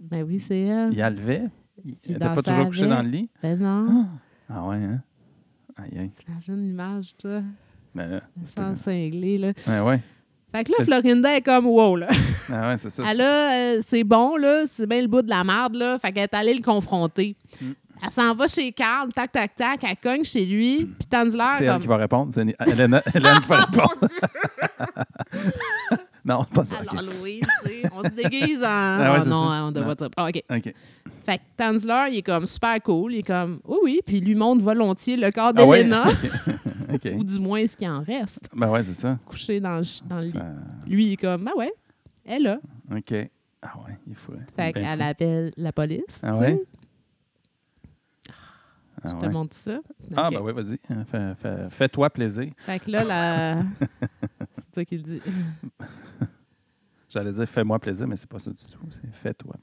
S1: Ben oui, c'est elle.
S2: Il a levé? Il
S1: Il
S2: n'était pas
S1: dansait
S2: toujours couché
S1: avec.
S2: dans le lit?
S1: Ben non.
S2: Ah, Ah ouais, hein? Aïe, aïe.
S1: Imagine l'image, toi.
S2: Ben là,
S1: Sans cinglé, là.
S2: ben ouais.
S1: Fait que là,
S2: C'est-
S1: Florinda est comme wow, là.
S2: Ah ouais, c'est ça.
S1: Elle a, euh, c'est bon, là, c'est bien le bout de la merde, là. Fait qu'elle est allée le confronter.
S2: Mm.
S1: Elle s'en va chez Carl, tac, tac, tac, elle cogne chez lui, puis Tandler,
S2: Hmm. C'est elle
S1: comme. Oh,
S2: qui va répondre. C'est Hélène, Hélène qui va répondre. non, pas ça.
S1: Alors,
S2: OK.
S1: Louise, Ah, tu sais, on se déguise en.
S2: ouais,
S1: Ah
S2: c'est
S1: non,
S2: ça.
S1: hein, on devrait dire. Ah, OK.
S2: OK.
S1: Fait que Tanzler, il est comme super cool. Il est comme, oui, oui, puis il lui montre volontiers le corps
S2: Ah ouais?
S1: d'Elena,
S2: OK. OK.
S1: ou du moins ce qui en reste,
S2: Ben ouais, c'est ça.
S1: couché dans le, ch- dans le lit.
S2: Ça-
S1: Lui, il est comme, ah ouais, elle a.
S2: OK. Ah ouais, il faut.
S1: Fait
S2: ben
S1: qu'elle
S2: fou.
S1: appelle la police.
S2: Ah
S1: tu sais.
S2: ouais? Ah,
S1: Je te
S2: ouais.
S1: montre ça.
S2: ah
S1: OK.
S2: ben oui, vas-y. Hein, fais- fais- Fais-toi plaisir.
S1: Fait que là, la... c'est toi qui le dis.
S2: J'allais dire fais-moi plaisir, mais c'est pas ça du tout. C'est fais-toi.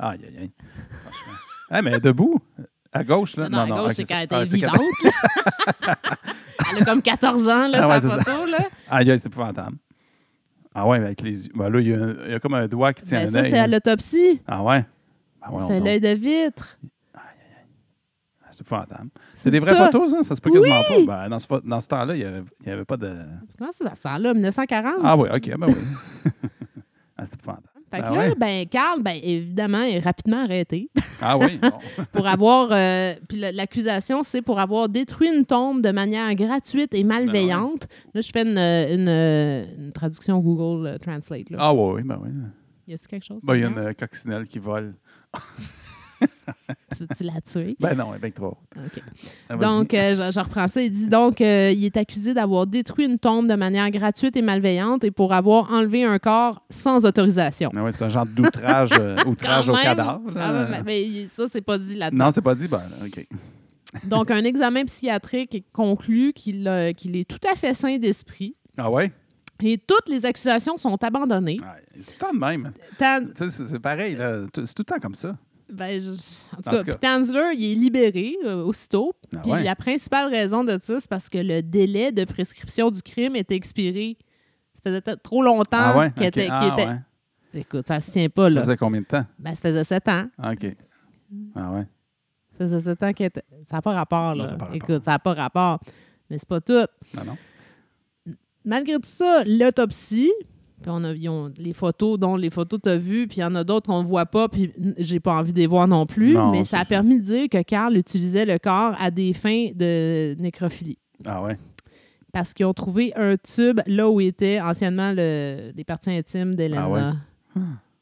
S2: Aïe, aïe, aïe. Franchement. Ah, mais debout, à gauche, là.
S1: Non, non, à gauche,
S2: ok,
S1: c'est quand elle
S2: ah,
S1: était
S2: c'est quand-
S1: vivante. là. elle a comme 14 ans, là,
S2: Ah
S1: sa
S2: ouais, c'est ça.
S1: photo. Là.
S2: Aïe, aïe, c'est épouvantable. Ah ouais, mais avec les yeux. Ben là, il y, a un- il y a comme un doigt qui tient
S1: Ben,
S2: un
S1: ça,
S2: œil,
S1: c'est
S2: là.
S1: à l'autopsie.
S2: Ah ouais? Ah ouais,
S1: c'est l'œil de vitre.
S2: Ah, C'est épouvantable. C'est des vraies
S1: ça.
S2: photos, hein? ça? Ça se peut
S1: Oui!
S2: quasiment pas. Ben, dans ce, fo- dans ce temps-là, il n'y avait, il y avait pas de.
S1: Comment ça, ça sent là, 1940?
S2: Ah oui, OK, ben oui. ah, c'est épouvantable.
S1: Fait que
S2: Ah
S1: là,
S2: ouais.
S1: ben, Carl, ben, évidemment, est rapidement arrêté
S2: Ah oui, bon.
S1: pour avoir. euh, puis la- l'accusation, c'est pour avoir détruit une tombe de manière gratuite
S2: Ben
S1: et malveillante. Là, je fais une, euh, une, euh, une traduction Google euh, Translate. Là.
S2: Ah oui, oui, ben oui.
S1: Y a-tu quelque chose?
S2: Ben, il y a une
S1: là-dedans?
S2: euh, coccinelle qui vole.
S1: Tu, tu l'as tué.
S2: Ben non, elle est bien trop. haute.
S1: OK.
S2: Ah, vas-y.
S1: Donc, euh, je, je reprends ça. Il dit donc euh, il est accusé d'avoir détruit une tombe de manière gratuite et malveillante et pour avoir enlevé un corps sans autorisation.
S2: Ah ouais, c'est un genre d'outrage euh, outrage
S1: Quand
S2: au
S1: même,
S2: cadavre. euh.
S1: quand
S2: là.
S1: même, mais il- ça, c'est pas dit là-dedans.
S2: non, c'est pas dit. Ben, OK.
S1: Donc, un examen psychiatrique conclut qu'il euh, qu'il est tout à fait sain d'esprit
S2: Ah ouais?
S1: et toutes les accusations sont abandonnées.
S2: Ah, c'est tout le temps de même.
S1: Tan-
S2: Tu sais, C'est c'est pareil, là. Tout- C'est tout le temps comme ça.
S1: ben, je- en tout
S2: En
S1: cas,
S2: tout cas.
S1: puis Tanzler, il est libéré euh, aussitôt.
S2: Ah
S1: Puis
S2: ouais.
S1: la principale raison de ça, c'est parce que le délai de prescription du crime était expiré. Ça faisait t- trop longtemps
S2: ah ouais?
S1: qu'il
S2: OK.
S1: était. qu'il
S2: Ah
S1: était-
S2: ouais.
S1: Écoute, ça se tient pas,
S2: Ça
S1: là.
S2: faisait combien de temps?
S1: Ben, ça faisait sept ans.
S2: Ah, OK. Ah ouais.
S1: Ça faisait sept ans qu'il était. Ça n'a pas rapport,
S2: Non,
S1: là.
S2: ça a pas rapport.
S1: Écoute, ça n'a pas rapport. Mais c'est pas tout.
S2: Ah non?
S1: malgré tout ça, l'autopsie, puis on a ils ont les photos dont les photos t'as vues, puis il y en a d'autres qu'on ne voit pas, puis n- j'ai pas envie de les voir non plus,
S2: Non,
S1: mais
S2: c'est
S1: ça a
S2: ça.
S1: permis de dire que Carl utilisait le corps à des fins de nécrophilie.
S2: Ah ouais.
S1: Parce qu'ils ont trouvé un tube là où était anciennement le- les parties intimes d'Elena.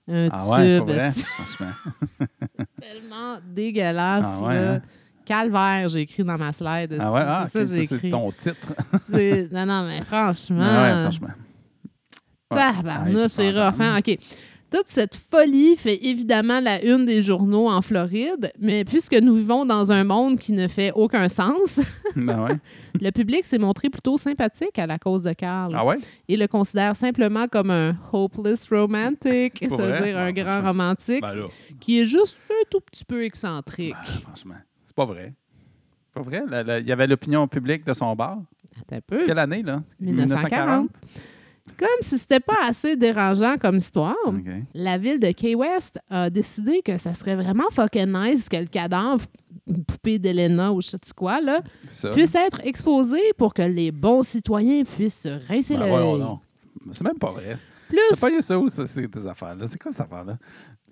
S1: Un
S2: Ah ouais,
S1: tube.
S2: pour vrai?
S1: c'est
S2: Franchement.
S1: tellement dégueulasse.
S2: Ah ouais,
S1: là.
S2: hein?
S1: Calvaire, j'ai écrit dans ma slide.
S2: Ah ouais, ah,
S1: c'est
S2: ok,
S1: ça, que j'ai
S2: ça, c'est
S1: écrit.
S2: ton titre.
S1: C'est- Non, non, mais franchement.
S2: Ah ouais, franchement. Ouais.
S1: Tabarnouche,
S2: Arrête,
S1: c'est
S2: c'est
S1: rough, hein? OK. Toute cette folie fait évidemment la une des journaux en Floride, mais puisque nous vivons dans un monde qui ne fait aucun sens,
S2: Ben ouais.
S1: le public s'est montré plutôt sympathique à la cause de Carl
S2: Ah ouais?
S1: et le considère simplement comme un hopeless romantic,
S2: Pour
S1: c'est-à-dire
S2: vrai?
S1: un
S2: Bon,
S1: grand
S2: franchement.
S1: romantique
S2: Ben là,
S1: qui est juste un tout petit peu excentrique.
S2: ben, franchement. C'est pas vrai. C'est Pas vrai? La- la- Il y avait l'opinion publique de son bar.
S1: Attends un peu.
S2: Quelle année, là?
S1: 1940. Comme si c'était pas assez dérangeant comme histoire.
S2: 1940? OK.
S1: la ville de Key West a décidé que ça serait vraiment fucking nice que le cadavre, une poupée d'Elena ou je sais quoi, là,
S2: Ça.
S1: puisse être exposé pour que les bons citoyens puissent se rincer
S2: Ben
S1: l'œil.
S2: voyons donc. C'est même pas vrai.
S1: Plus
S2: T'as pas eu ça où, ça, c'est tes affaires, là? C'est quoi cette affaire-là?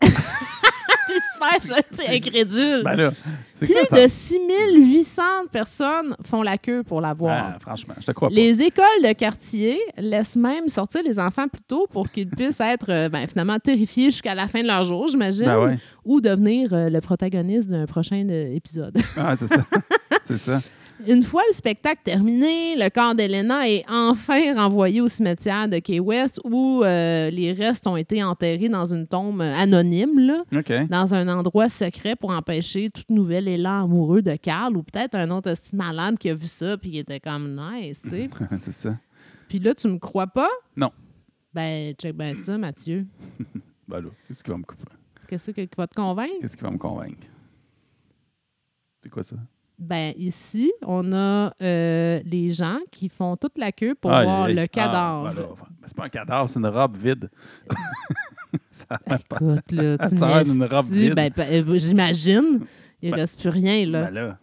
S1: tu se fais, c'est incrédule.
S2: Ben là, c'est quoi ça?
S1: Euh, Plus de 6800 personnes font la queue pour la voir.
S2: Ah, franchement, je te crois pas.
S1: Les écoles de quartier laissent même sortir les enfants plus tôt pour qu'ils puissent être euh, ben, finalement terrifiés jusqu'à la fin de leur jour, j'imagine,
S2: Ben ouais.
S1: ou devenir euh, le protagoniste d'un prochain euh, épisode.
S2: Ah, c'est ça. c'est ça.
S1: Une fois le spectacle terminé, le corps d'Elena est enfin renvoyé au cimetière de Key West où euh, les restes ont été enterrés dans une tombe euh, anonyme, là,
S2: OK.
S1: dans un endroit secret pour empêcher tout nouvel élan amoureux de Carl ou peut-être un autre esti malade qui a vu ça puis qui était comme nice, tu sais.
S2: c'est ça.
S1: Puis là, tu me crois pas?
S2: Non.
S1: Ben, check bien ça, Mathieu.
S2: Ben là, qu'est-ce qui va me couper?
S1: Qu'est-ce que- qui va te convaincre?
S2: Qu'est-ce qui va me convaincre? C'est quoi ça?
S1: Ben, ici, on a euh, les gens qui font toute la queue pour
S2: Ah,
S1: voir
S2: aïe, aïe.
S1: le
S2: Ah,
S1: cadavre.
S2: ben là, enfin, ben c'est pas un cadavre, c'est une robe vide. ça a l'air pas.
S1: Écoute, là, tu
S2: Ça a l'air d'une
S1: me
S2: robe
S1: laisses-tu?
S2: vide.
S1: ben, pa- euh, J'imagine. Il
S2: Ben-
S1: reste plus rien, là.
S2: Ben là.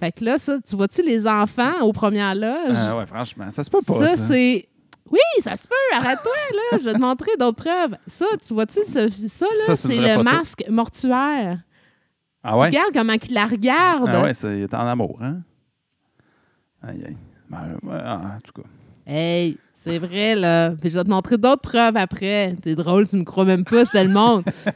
S1: fait que là, ça, tu vois-tu les enfants aux premières loges?
S2: Ah ouais, franchement, ça se peut pas.
S1: ça,
S2: Ça,
S1: c'est... Oui, ça se peut. Arrête-toi, là. Je vais te montrer d'autres preuves. Ça, tu vois-tu, ce- ça, là,
S2: Ça, c'est une
S1: c'est le
S2: vraie photo.
S1: masque mortuaire.
S2: Ah ouais?
S1: Regarde comment il la regarde.
S2: Ah ouais, c'est- il est en amour, hein? Aïe, aïe. Ben, ouais, ah, en tout cas.
S1: Hey, c'est vrai, là. Puis je vais te montrer d'autres preuves après. T'es drôle, tu me crois même pas, je te le montre. OK.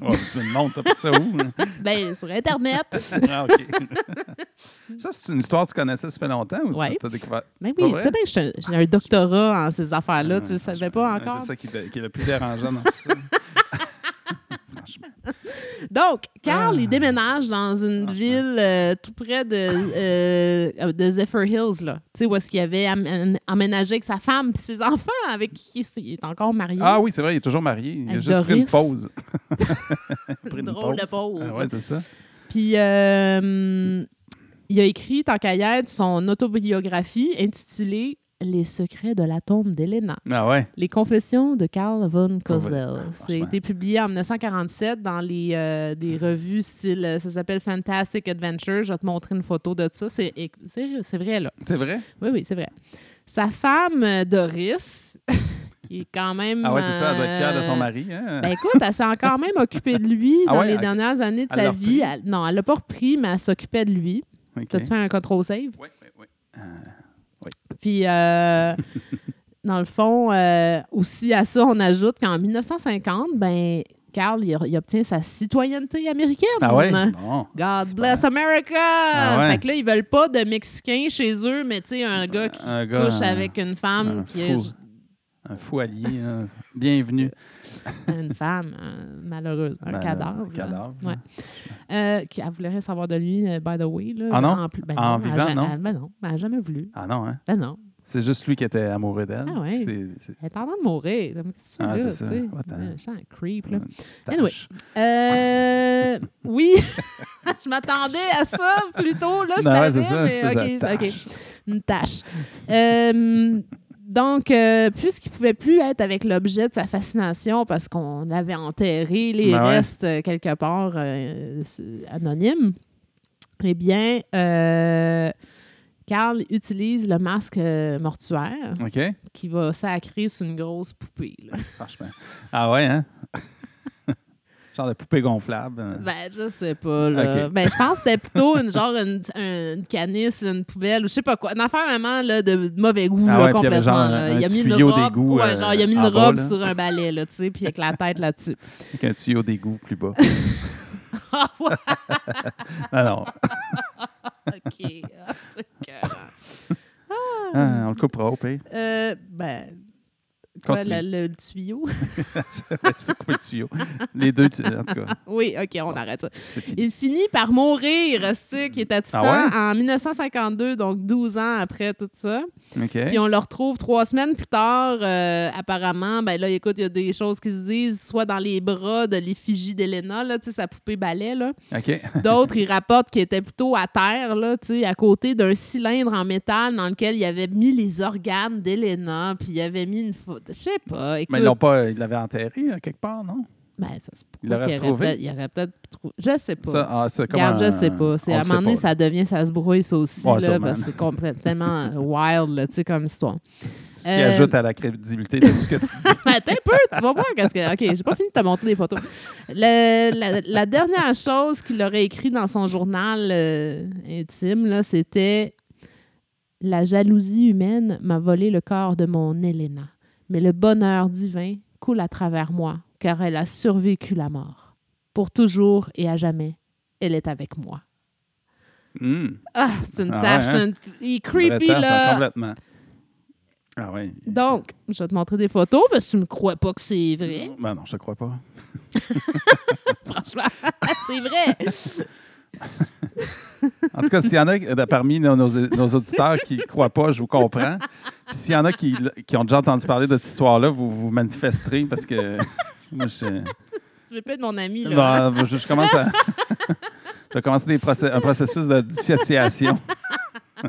S2: Oh, tu me montres ça pour ça où? hein?
S1: Ben, sur Internet.
S2: ah, OK. ça, c'est une histoire que tu connaissais, ça fait longtemps? Ou
S1: Ouais.
S2: t'as découvert?
S1: Mais
S2: Pas
S1: Ben oui,
S2: vrai?
S1: tu
S2: Ah,
S1: sais bien que je suis un- j'ai un doctorat en ces affaires-là.
S2: Ouais,
S1: Ah, Tu le savais
S2: franchement,
S1: pas
S2: ouais,
S1: encore.
S2: C'est ça qui, dé- qui est le plus dérangeant dans tout ça. Franchement.
S1: Donc, Carl,
S2: Ah.
S1: il déménage dans une ville euh, tout près de, euh, de Zephyr Hills, là. Tu sais, où est-ce qu'il avait am- emménagé avec sa femme et ses enfants, avec qui il s- il est encore marié.
S2: Ah oui, c'est vrai, il est toujours marié. Il a
S1: Avec
S2: juste pris une
S1: Doris.
S2: pause. pris
S1: une
S2: une
S1: drôle de pause.
S2: Ah ouais, c'est ça.
S1: Puis, euh, il a écrit, tant qu'à y être, son autobiographie intitulée Les secrets de la tombe d'Elena.
S2: Ah ouais.
S1: Les confessions de Carl von Kozel. Ça
S2: Ah,
S1: a
S2: franchement. Mm-hmm.
S1: été publié en 1947 dans les, euh, des revues style. euh, Ça s'appelle Fantastic Adventure. Je vais te montrer une photo de ça. C'est c'est- c'est vrai, là.
S2: C'est vrai?
S1: Oui, oui, c'est vrai. Sa femme, euh, Doris, qui est quand même.
S2: Ah ouais, c'est ça, elle doit être fière de son
S1: euh,
S2: mari. hein?
S1: ben écoute, elle s'est quand même occupée de lui
S2: Ah
S1: dans
S2: ouais,
S1: les
S2: ok.
S1: dernières années de
S2: Elle
S1: sa
S2: l'a
S1: vie.
S2: repris?
S1: Elle- non, elle l'a pas repris, mais elle s'occupait de lui.
S2: Ok.
S1: T'as-tu fait un contrôle save?
S2: Oui, oui, oui.
S1: Puis, euh, dans le fond, euh, aussi à ça, on ajoute qu'en 1950, ben, Carl, il, il obtient sa citoyenneté américaine.
S2: Ah ouais? Non.
S1: God bless America!
S2: ouais.
S1: Fait que là, ils veulent pas de Mexicains chez eux, mais tu sais, un gars qui
S2: un gars,
S1: couche
S2: un-
S1: avec une femme
S2: Un
S1: qui est
S2: fou, un fou allié. hein. Bienvenue.
S1: une femme, euh, malheureuse, un
S2: Ben,
S1: cadavre.
S2: un cadavre. hein.
S1: Ouais. Euh, qui- elle voulait rien savoir de lui, euh, by the way. Là,
S2: Ah non?
S1: En, plus- ben
S2: En
S1: non, elle a
S2: vivant,
S1: ja-
S2: non?
S1: elle- ben non, elle a jamais voulu.
S2: Ah non, hein?
S1: Ben non.
S2: C'est juste lui qui était amoureux d'elle.
S1: Ah ouais.
S2: C'est- c'est-
S1: Elle est en train de mourir. Comme, Qu'est-ce que tu
S2: Ah,
S1: veux, là, tu
S2: c'est ça.
S1: sais?
S2: Va-t'en.
S1: Euh, Je sens un creep, là.
S2: Tâche.
S1: Anyway. Ah, Euh, oui, je m'attendais à ça plus tôt. Là, je
S2: Non, ouais,
S1: t'avais,
S2: c'est ça,
S1: mais
S2: c'est ça,
S1: OK,
S2: tâche.
S1: OK. Une tâche. Euh, donc, euh, puisqu'il ne pouvait plus être avec l'objet de sa fascination parce qu'on avait enterré les
S2: Ben ouais.
S1: restes euh, quelque part euh, c'est- anonymes, eh bien, euh, Carl utilise le masque euh, mortuaire
S2: OK?
S1: qui va sacrer sur une grosse poupée. là.
S2: Franchement. Ah ouais, hein? Genre de poupée gonflable. hein?
S1: Ben, je sais pas, là.
S2: Ok.
S1: Ben, je pense que c'était plutôt une genre une, une canisse, une poubelle, ou je sais pas quoi. Une affaire vraiment là, de, de mauvais goût,
S2: Ah
S1: là,
S2: ouais, puis il y avait
S1: complètement.
S2: genre
S1: là.
S2: un-
S1: il
S2: un
S1: a mis une
S2: tuyau
S1: robe,
S2: d'égout,
S1: ouais,
S2: euh,
S1: genre, il a mis une
S2: en bas,
S1: robe
S2: là.
S1: sur un balai, là, tu sais, puis avec la tête là-dessus.
S2: Avec un tuyau d'égout plus bas.
S1: Ah ouais,
S2: Ah non.
S1: OK. Ah, c'est écœurant.
S2: Ah, on le coupera au pire.
S1: Euh, ben, quoi,
S2: Continue.
S1: le, le- le tuyau?
S2: Ouais, c'est coupé le tuyau. Les deux, tu- en tout cas.
S1: oui, OK, on arrête ça.
S2: c'est fini.
S1: Il finit par mourir, c'est qui était à Titan,
S2: Ah
S1: en 1952, donc 12 ans après tout ça.
S2: OK.
S1: Puis on le retrouve trois semaines plus tard. euh, apparemment, ben là, écoute, il y a des choses qui se disent, soit dans les bras de l'effigie d'Elena, là, tu sais, sa poupée balai, là.
S2: OK.
S1: D'autres, ils rapportent qu'il était plutôt à terre, là, tu sais, à côté d'un cylindre en métal dans lequel il avait mis les organes d'Elena, puis il avait mis une faute. Je sais pas, écoute.
S2: Mais ils l'ont pas, ils l'avaient enterré euh, quelque part, non?
S1: ben, ça se peut
S2: Il l'aurait
S1: qu'il aurait
S2: retrouvé?
S1: peut-être- Il aurait peut-être trouvé. Je sais pas.
S2: Ça, ah, c'est comme
S1: Regarde,
S2: un-
S1: je sais pas. C'est,
S2: on
S1: à un
S2: le sait
S1: moment donné,
S2: pas,
S1: ça devient, ça se brouille ça aussi,
S2: Ouais,
S1: là,
S2: sûrement.
S1: parce que c'est complètement wild, là, tu sais, comme histoire.
S2: Ce qui
S1: Euh,
S2: ajoute à la crédibilité de tout ce que tu dis.
S1: Ben, Attends un peu, tu vas voir. Qu'est-ce que... OK, j'ai pas fini de te montrer des photos. Le- la, la dernière chose qu'il aurait écrit dans son journal euh, intime, là, c'était La jalousie humaine m'a volé le corps de mon Helena, mais le bonheur divin coule à travers moi, car elle a survécu la mort. Pour toujours et à jamais, elle est avec moi.
S2: Hum,
S1: Ah, c'est une
S2: Ah ouais,
S1: tâche. c'est
S2: hein?
S1: une- Il est creepy,
S2: vraie tâche,
S1: là.
S2: hein, Complètement. Ah oui.
S1: Donc, je vais te montrer des photos parce que tu me crois pas que c'est vrai.
S2: Ben non, je te crois pas.
S1: Franchement, c'est vrai.
S2: En tout cas, s'il y en a euh, parmi nos, nos- nos auditeurs qui ne croient pas, je vous comprends. Puis s'il y en a qui, qui ont déjà entendu parler de cette histoire-là, vous vous manifesterez parce que moi, je,
S1: Tu veux pas être mon ami, là.
S2: Bon, moi, je, je commence à. je vais commencer des procé- un processus de dissociation.
S1: Tu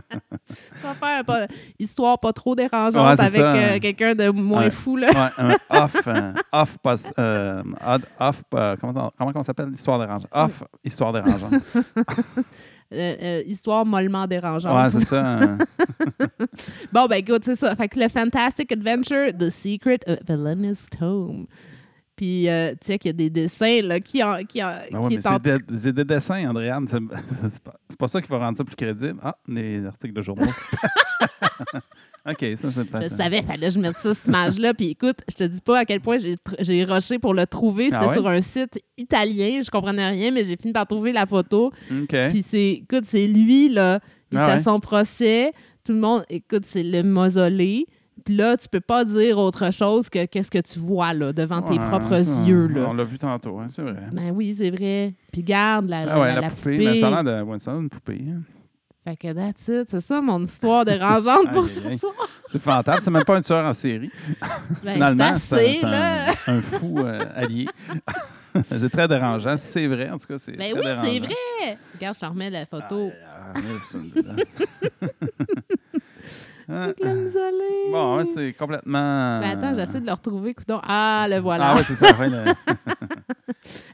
S1: vas faire pas- histoire pas trop dérangeante
S2: Ouais, c'est
S1: avec
S2: ça. hein.
S1: euh, quelqu'un de moins
S2: Ouais.
S1: fou, là.
S2: Ouais, un off, un off, pas- euh, odd- off euh, comment, on- comment on s'appelle? Histoire dérangeante. Off, histoire dérangeante.
S1: Euh, euh, histoire mollement dérangeante.
S2: Ouais, c'est ça. un-
S1: bon, ben écoute, c'est ça. Fait que le Fantastic Adventure, The Secret of Elena's Tome. Puis, euh, tu sais qu'il y a des dessins, là, qui, en, qui, en,
S2: Ben ouais,
S1: qui
S2: mais
S1: est en-
S2: c'est des, c'est des dessins, Andréane. C'est c'est pas, c'est pas ça qui va rendre ça plus crédible. Ah, les articles de journaux. OK, ça, c'est
S1: Je
S2: peut-être.
S1: savais, fallait que je mette ça, cette image-là. Puis écoute, je te dis pas à quel point j'ai tr- j'ai rushé pour le trouver. C'était
S2: Ah ouais?
S1: sur un site italien, je comprenais rien, mais j'ai fini par trouver la photo.
S2: OK.
S1: Puis c'est, écoute, c'est lui, là. Il
S2: Ah
S1: est à
S2: ouais.
S1: son procès. Tout le monde, écoute, c'est le mausolée. Puis là, tu peux pas dire autre chose que qu'est-ce que tu vois, là, devant tes
S2: Ouais,
S1: propres
S2: ça,
S1: yeux, là.
S2: On l'a vu tantôt, hein, c'est vrai.
S1: Ben oui, c'est vrai. Puis garde la, la,
S2: Ah ouais,
S1: la-
S2: la,
S1: la
S2: poupée.
S1: poupée.
S2: Mais ça a l'air de- ouais, ça a l'air d'une poupée. hein.
S1: Fait que that's it. C'est ça, mon histoire dérangeante pour
S2: Aïe,
S1: ce
S2: aïe, aïe.
S1: soir.
S2: C'est fantôme, c'est même pas un tueur en série.
S1: Ben,
S2: Finalement,
S1: c'est assez,
S2: un-
S1: là.
S2: un, fou euh, allié. c'est très dérangeant. Si c'est vrai, en tout cas, c'est
S1: Ben
S2: très
S1: oui, c'est
S2: dérangeant.
S1: vrai. Regarde, je te remets la photo.
S2: Ah, ah, ah,
S1: Avec
S2: ah, ah, ah, ah. Ah,
S1: la musolée.
S2: Bon, ouais, c'est complètement.
S1: Ben attends, j'essaie de le retrouver. Coudon. Ah, le voilà.
S2: Ah, ouais, c'est ça. ouais, le-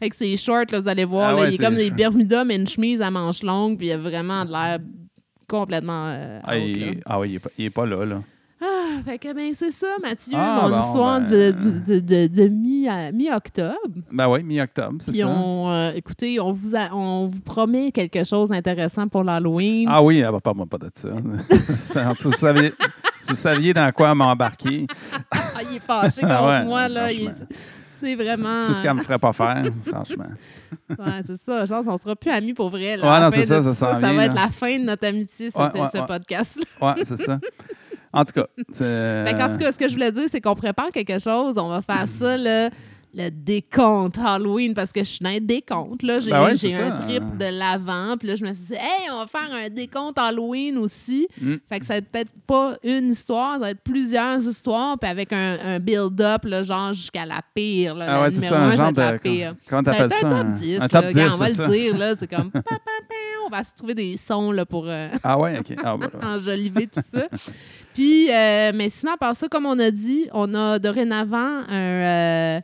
S1: Avec ses shorts, là, vous allez voir,
S2: Ah
S1: là,
S2: ouais,
S1: il est
S2: c'est-
S1: comme des Bermudas, mais une chemise à manches longues, puis il a vraiment de l'air complètement. euh,
S2: ah,
S1: out, là.
S2: il, ah, ouais, il est pas, il est pas là, là.
S1: Ah, fait que ben c'est ça, Mathieu,
S2: Ah,
S1: mon
S2: bon,
S1: histoire
S2: ben.
S1: de, du- de- de- de mi- à- mi-octobre.
S2: Ben oui, mi-octobre, c'est
S1: Puis
S2: ça.
S1: on, euh, écoutez, on vous, a- on vous promet quelque chose d'intéressant pour l'Halloween.
S2: Ah oui, ah, bah, parle-moi pas de ça. Ça, vous, saviez, vous saviez dans quoi m'embarquer,
S1: Ah, il est passé contre
S2: Ah ouais,
S1: moi, là. il-
S2: franchement.
S1: C'est vraiment.
S2: tout ce qu'elle me ferait pas faire,
S1: Ah.
S2: franchement.
S1: Ouais, c'est ça. Je pense qu'on sera plus amis pour vrai. là.
S2: Ouais,
S1: À la
S2: non,
S1: fin
S2: c'est ça,
S1: de
S2: ça
S1: tout
S2: s'en
S1: ça
S2: vient,
S1: va être
S2: là.
S1: la fin de notre amitié, sur
S2: Ouais,
S1: ce-
S2: ouais,
S1: ce
S2: ouais.
S1: podcast-là.
S2: Ouais, c'est ça. En tout cas, c'est.
S1: Fait en tout cas, ce que je voulais dire, c'est qu'on prépare quelque chose. On va faire ça, le, le décompte Halloween, parce que je suis dans un décompte. Là. J'ai,
S2: Ben ouais,
S1: j'ai
S2: c'est
S1: un
S2: ça.
S1: trip de l'avant. Puis là, je me suis dit, hey, on va faire un décompte Halloween aussi.
S2: Mm.
S1: Fait que ça va être peut-être pas une histoire, ça va être plusieurs histoires. Puis avec un, un build-up, là, genre jusqu'à la pire. Là,
S2: Ah
S1: la
S2: ouais, c'est
S1: numéro
S2: ça,
S1: un,
S2: un
S1: ça va
S2: genre
S1: être la
S2: de.
S1: pire.
S2: Comment
S1: Ça va
S2: t'appelles
S1: être
S2: ça?
S1: un top 10.
S2: Un
S1: là,
S2: top
S1: gars,
S2: 10,
S1: on va
S2: c'est
S1: le
S2: ça.
S1: dire. Là, c'est comme, pa, pa, pa, on va se trouver des sons là, pour. euh,
S2: Ah ouais, ok. Ah, voilà.
S1: enjoliver tout ça. Puis, euh, mais sinon, à part ça, comme on a dit, on a dorénavant un.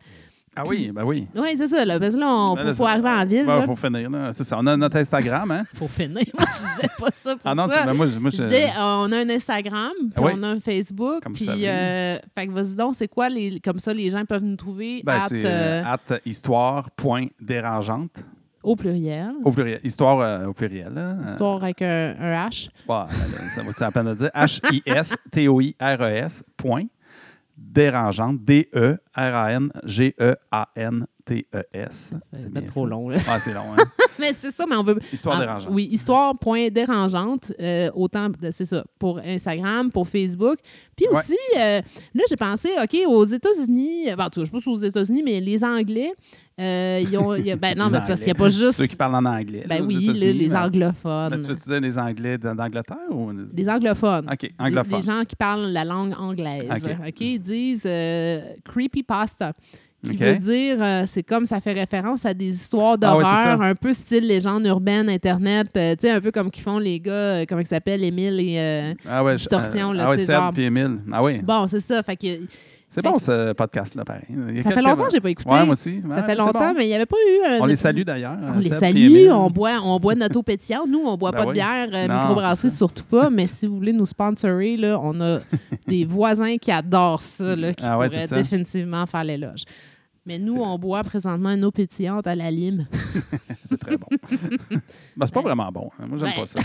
S2: Ah oui, ben oui.
S1: Oui, c'est ça, là, parce que là, on
S2: Ben
S1: faut,
S2: là,
S1: faut
S2: ça-
S1: arriver en ville.
S2: Ben,
S1: là.
S2: faut finir, là. C'est ça. On a notre Instagram, hein?
S1: Faut finir. Moi, je disais pas ça pour
S2: Ah non,
S1: ça.
S2: ben, moi, je- moi,
S1: Je
S2: je-
S1: disais, euh, on a un Instagram, puis
S2: Ah oui.
S1: on a un Facebook,
S2: Comme vous
S1: puis
S2: savez.
S1: euh, fait que vas-y donc, c'est quoi les comme ça les gens peuvent nous trouver
S2: Ben,
S1: at,
S2: c'est
S1: euh,
S2: euh, at histoire.dérangeante.
S1: au pluriel,
S2: Au pluriel. Histoire euh, au pluriel. là. Euh,
S1: histoire avec un, un H.
S2: Ouais, là, ça vaut la peine de dire. H-I-S-T-O-I-R-E-S, point, dérangeante, D-E-R-A-N-G-E-A-N-T-E-S.
S1: C'est
S2: bien
S1: pas trop
S2: ça.
S1: long là.
S2: Ah, c'est long, hein?
S1: mais c'est ça, mais on veut
S2: Histoire
S1: Ah,
S2: dérangeante.
S1: Oui, histoire point dérangeante, euh, autant, de- c'est ça, pour Instagram, pour Facebook. Puis
S2: Ouais.
S1: aussi, euh, là, j'ai pensé, OK, aux États-Unis, euh, ben, en tout cas, je pense aux États-Unis, mais les Anglais, euh, ils ont. il y a- ben non,
S2: Les
S1: mais c'est parce qu'il n'y a
S2: Anglais.
S1: pas juste.
S2: Ceux qui parlent en anglais. là,
S1: ben
S2: aux
S1: oui, les,
S2: États-Unis,
S1: les
S2: là. Mais tu
S1: anglophones.
S2: veux dire les anglais d'An- d'Angleterre ou.
S1: Les anglophones.
S2: OK,
S1: Les-
S2: anglophones.
S1: Les gens qui parlent la langue anglaise.
S2: OK.
S1: OK, ils disent euh, creepypasta. Qui
S2: OK.
S1: veut dire, euh, c'est comme ça fait référence à des histoires
S2: Ah ouais,
S1: d'horreur,
S2: c'est ça.
S1: un peu style légende urbaine, Internet, euh, tu sais, un peu comme qu'ils font les gars, euh, comment ils s'appellent, Émile et. euh,
S2: Ah ouais,
S1: distorsion,
S2: je,
S1: là,
S2: ah ouais,
S1: tu sais,
S2: Seb
S1: genre-
S2: puis Émile. Ah oui.
S1: Bon, c'est ça. Fait que,
S2: c'est
S1: fait
S2: bon,
S1: que-
S2: ce podcast-là, pareil. Il y a
S1: ça fait
S2: quelques-
S1: longtemps que je n'ai pas écouté.
S2: Ouais, moi aussi. Ah,
S1: ça fait longtemps, mais il n'y avait pas eu. un
S2: On les
S1: épisode-
S2: salue d'ailleurs.
S1: On
S2: euh,
S1: les
S2: Seb puis Émile.
S1: salue, on boit, on boit notre eau pétillante. Nous, on boit
S2: Ben
S1: pas de
S2: oui.
S1: bière, euh,
S2: Non,
S1: microbrasserie
S2: c'est
S1: surtout pas, mais si vous voulez nous sponsorer, là, on a des voisins qui adorent ça, là, qui
S2: Ah ouais,
S1: pourraient
S2: c'est ça.
S1: définitivement faire l'éloge. Mais nous,
S2: C'est vrai.
S1: on boit présentement une eau pétillante à la lime.
S2: C'est très bon. Ben, c'est pas
S1: Ouais.
S2: vraiment bon. hein. Moi, j'aime
S1: Ben.
S2: pas ça.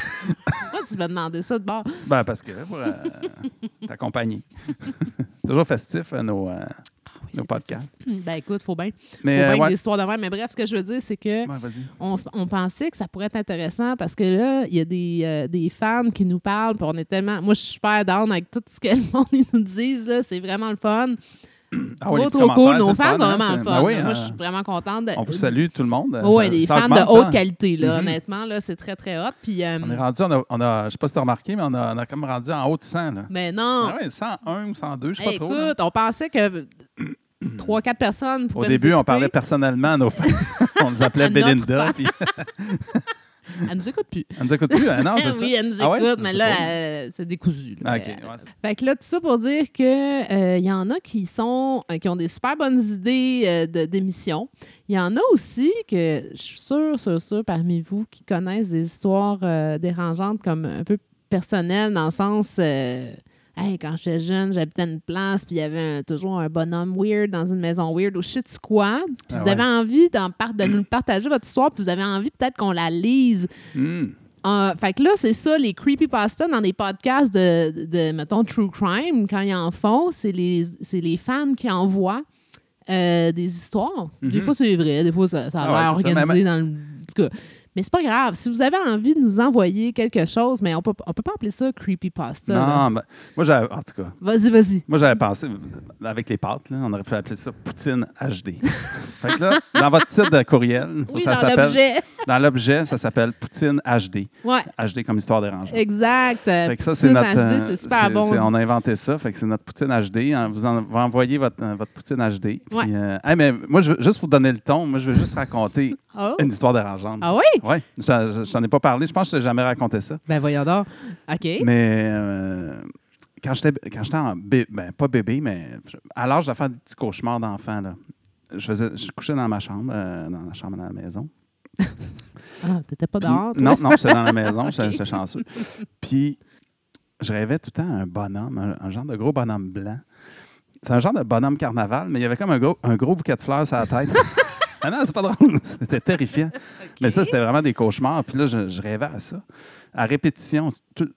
S1: Pourquoi tu m'as demandé ça de bord?
S2: Ben, parce que pour euh, t'accompagner. Toujours festif, euh, nos, euh,
S1: Oui,
S2: nos
S1: c'est
S2: podcasts.
S1: possible. Ben écoute, faut bien. Faut
S2: Mais,
S1: bien
S2: euh,
S1: que des
S2: ouais.
S1: histoires de même. Mais bref, ce que je veux dire, c'est que
S2: Ouais, vas-y.
S1: on, s- on pensait que ça pourrait être intéressant parce que là, il y a des, euh, des fans qui nous parlent. puis on est tellement. Moi, je suis super down avec tout ce que le monde ils nous disent. là. C'est vraiment le fun.
S2: Ah,
S1: trop,
S2: ouais, les petits
S1: trop cool.
S2: commentaires,
S1: Nos
S2: c'est
S1: fans
S2: le
S1: sont
S2: fun, hein,
S1: vraiment
S2: c'est-
S1: le fun.
S2: Ben oui,
S1: Moi,
S2: euh,
S1: je suis vraiment contente. de-
S2: on vous salue, tout le monde.
S1: Oh, ouais,
S2: Ça-
S1: des
S2: ça
S1: fans
S2: augmente,
S1: de haute
S2: hein.
S1: qualité. Là,
S2: Mhm.
S1: Honnêtement, là, c'est très, très hot. Puis, euh,
S2: On est rendu, on a, on a- je sais pas si t'as remarqué, mais on a, on a comme rendu en haut de 100. Là.
S1: mais non.
S2: Ah ouais, 101 ou 102, je sais
S1: Hey,
S2: pas trop. là.
S1: écoute, on pensait que 3-4 personnes
S2: Au
S1: pourraient nous
S2: début, on
S1: écouter.
S2: parlait personnellement à nos fans. on nous appelait
S1: À notre
S2: Belinda. Puis
S1: Elle nous écoute plus.
S2: elle nous écoute plus. hein? Non, c'est ça.
S1: oui, elle nous écoute,
S2: Ah ouais? Je
S1: mais
S2: sais
S1: là,
S2: pas.
S1: euh, c'est décousu. là.
S2: Ah, OK. ouais.
S1: Fait que là, tout ça pour dire que euh, il y en a qui sont euh, qui ont des super bonnes idées euh, de d'émissions. Il y en a aussi que je suis sûre, sûre, sûre parmi vous qui connaissent des histoires euh, dérangeantes comme un peu personnelles dans le sens euh, Hey, quand j'étais jeune, j'habitais une place, puis il y avait un- toujours un bonhomme weird dans une maison weird ou shit quoi. Puis
S2: Ah
S1: vous
S2: ouais.
S1: avez envie d'en par- de nous partager votre histoire, puis vous avez envie peut-être qu'on la lise.
S2: Hmm.
S1: Euh, fait que là, c'est ça, les creepypasta dans des podcasts de, de, mettons, True Crime, quand ils en font, c'est les, c'est les fans qui envoient euh, des histoires. Des
S2: Mhm.
S1: fois, c'est vrai, des fois, ça, ça a
S2: Ah ouais,
S1: l'air
S2: c'est ça, mais-
S1: organisé dans le. en tout cas. Mais c'est pas grave. Si vous avez envie de nous envoyer quelque chose, mais on peut, on peut pas appeler ça creepypasta. là.
S2: Non, mais moi, j'avais. En tout cas.
S1: Vas-y, vas-y.
S2: Moi, j'avais pensé, euh, avec les pâtes, là, on aurait pu appeler ça Poutine HD. fait que là, dans votre titre de courriel,
S1: Oui,
S2: ça
S1: dans
S2: s'appelle.
S1: l'objet.
S2: Dans l'objet, ça s'appelle Poutine HD.
S1: Ouais,
S2: HD comme histoire dérangeante.
S1: exact.
S2: Fait que ça, c'est notre.
S1: HD,
S2: euh,
S1: c'est super
S2: c'est-
S1: bon.
S2: c'est- On a inventé ça. Fait que c'est notre Poutine HD. hein. Vous, en- vous envoyez votre, euh, votre Poutine HD. Puis,
S1: Ouais.
S2: euh, hey, mais moi, je veux- juste pour donner le ton, moi, je veux juste raconter
S1: Oh.
S2: une histoire dérangeante.
S1: Ah oui?
S2: Oui, je n'en ai pas parlé. Je pense que je t'ai jamais raconté ça.
S1: Ben voyons donc. OK.
S2: Mais euh, quand j'étais quand j'étais en bé- ben, pas bébé, mais je- à l'âge de faire des petits cauchemars d'enfant, là, je faisais je couchais dans ma chambre, euh, dans la chambre de la maison.
S1: Ah, t'étais pas
S2: Puis-
S1: dehors, toi?
S2: non, non, j'étais dans la maison, j'étais j'étais chanceux. Puis je rêvais tout le temps à un bonhomme, un, un genre de gros bonhomme blanc. C'est un genre de bonhomme carnaval, mais il y avait comme un gros, un gros bouquet de fleurs sur la tête. ah non, c'est pas drôle, c'était terrifiant. Mais ça, c'était vraiment des cauchemars. Puis là, je, je rêvais à ça. À répétition, tout-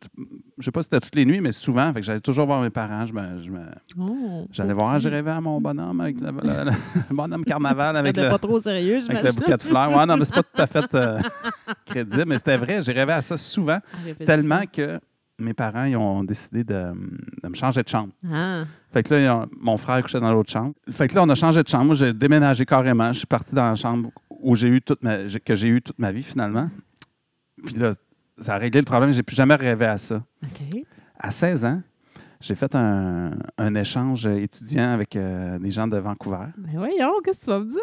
S2: je sais pas si c'était toutes les nuits, mais souvent, fait que j'allais toujours voir mes parents. Je me- je me-
S1: Oh,
S2: j'allais
S1: beau
S2: voir,
S1: petit.
S2: je rêvais à mon bonhomme, avec le, le- le bonhomme carnaval, avec
S1: C'était
S2: le,
S1: pas trop sérieux, je
S2: avec le bouquet de fleurs. Ouais, non, mais c'est pas tout à fait euh, crédible, mais c'était vrai. J'ai rêvé à ça souvent,
S1: Ah,
S2: tellement que mes parents ils ont décidé de, de me changer de chambre.
S1: Ah,
S2: Fait que là, ils ont- mon frère couchait dans l'autre chambre. Fait que là, on a changé de chambre. Moi, j'ai déménagé carrément. Je suis parti dans la chambre où j'ai eu toute ma, j'ai- que j'ai eu toute ma vie, finalement. Puis là, ça a réglé le problème. J'ai plus jamais rêvé à ça.
S1: OK.
S2: À 16 ans, j'ai fait un, un échange étudiant avec euh, des gens de Vancouver.
S1: Ben voyons, qu'est-ce que tu vas me dire?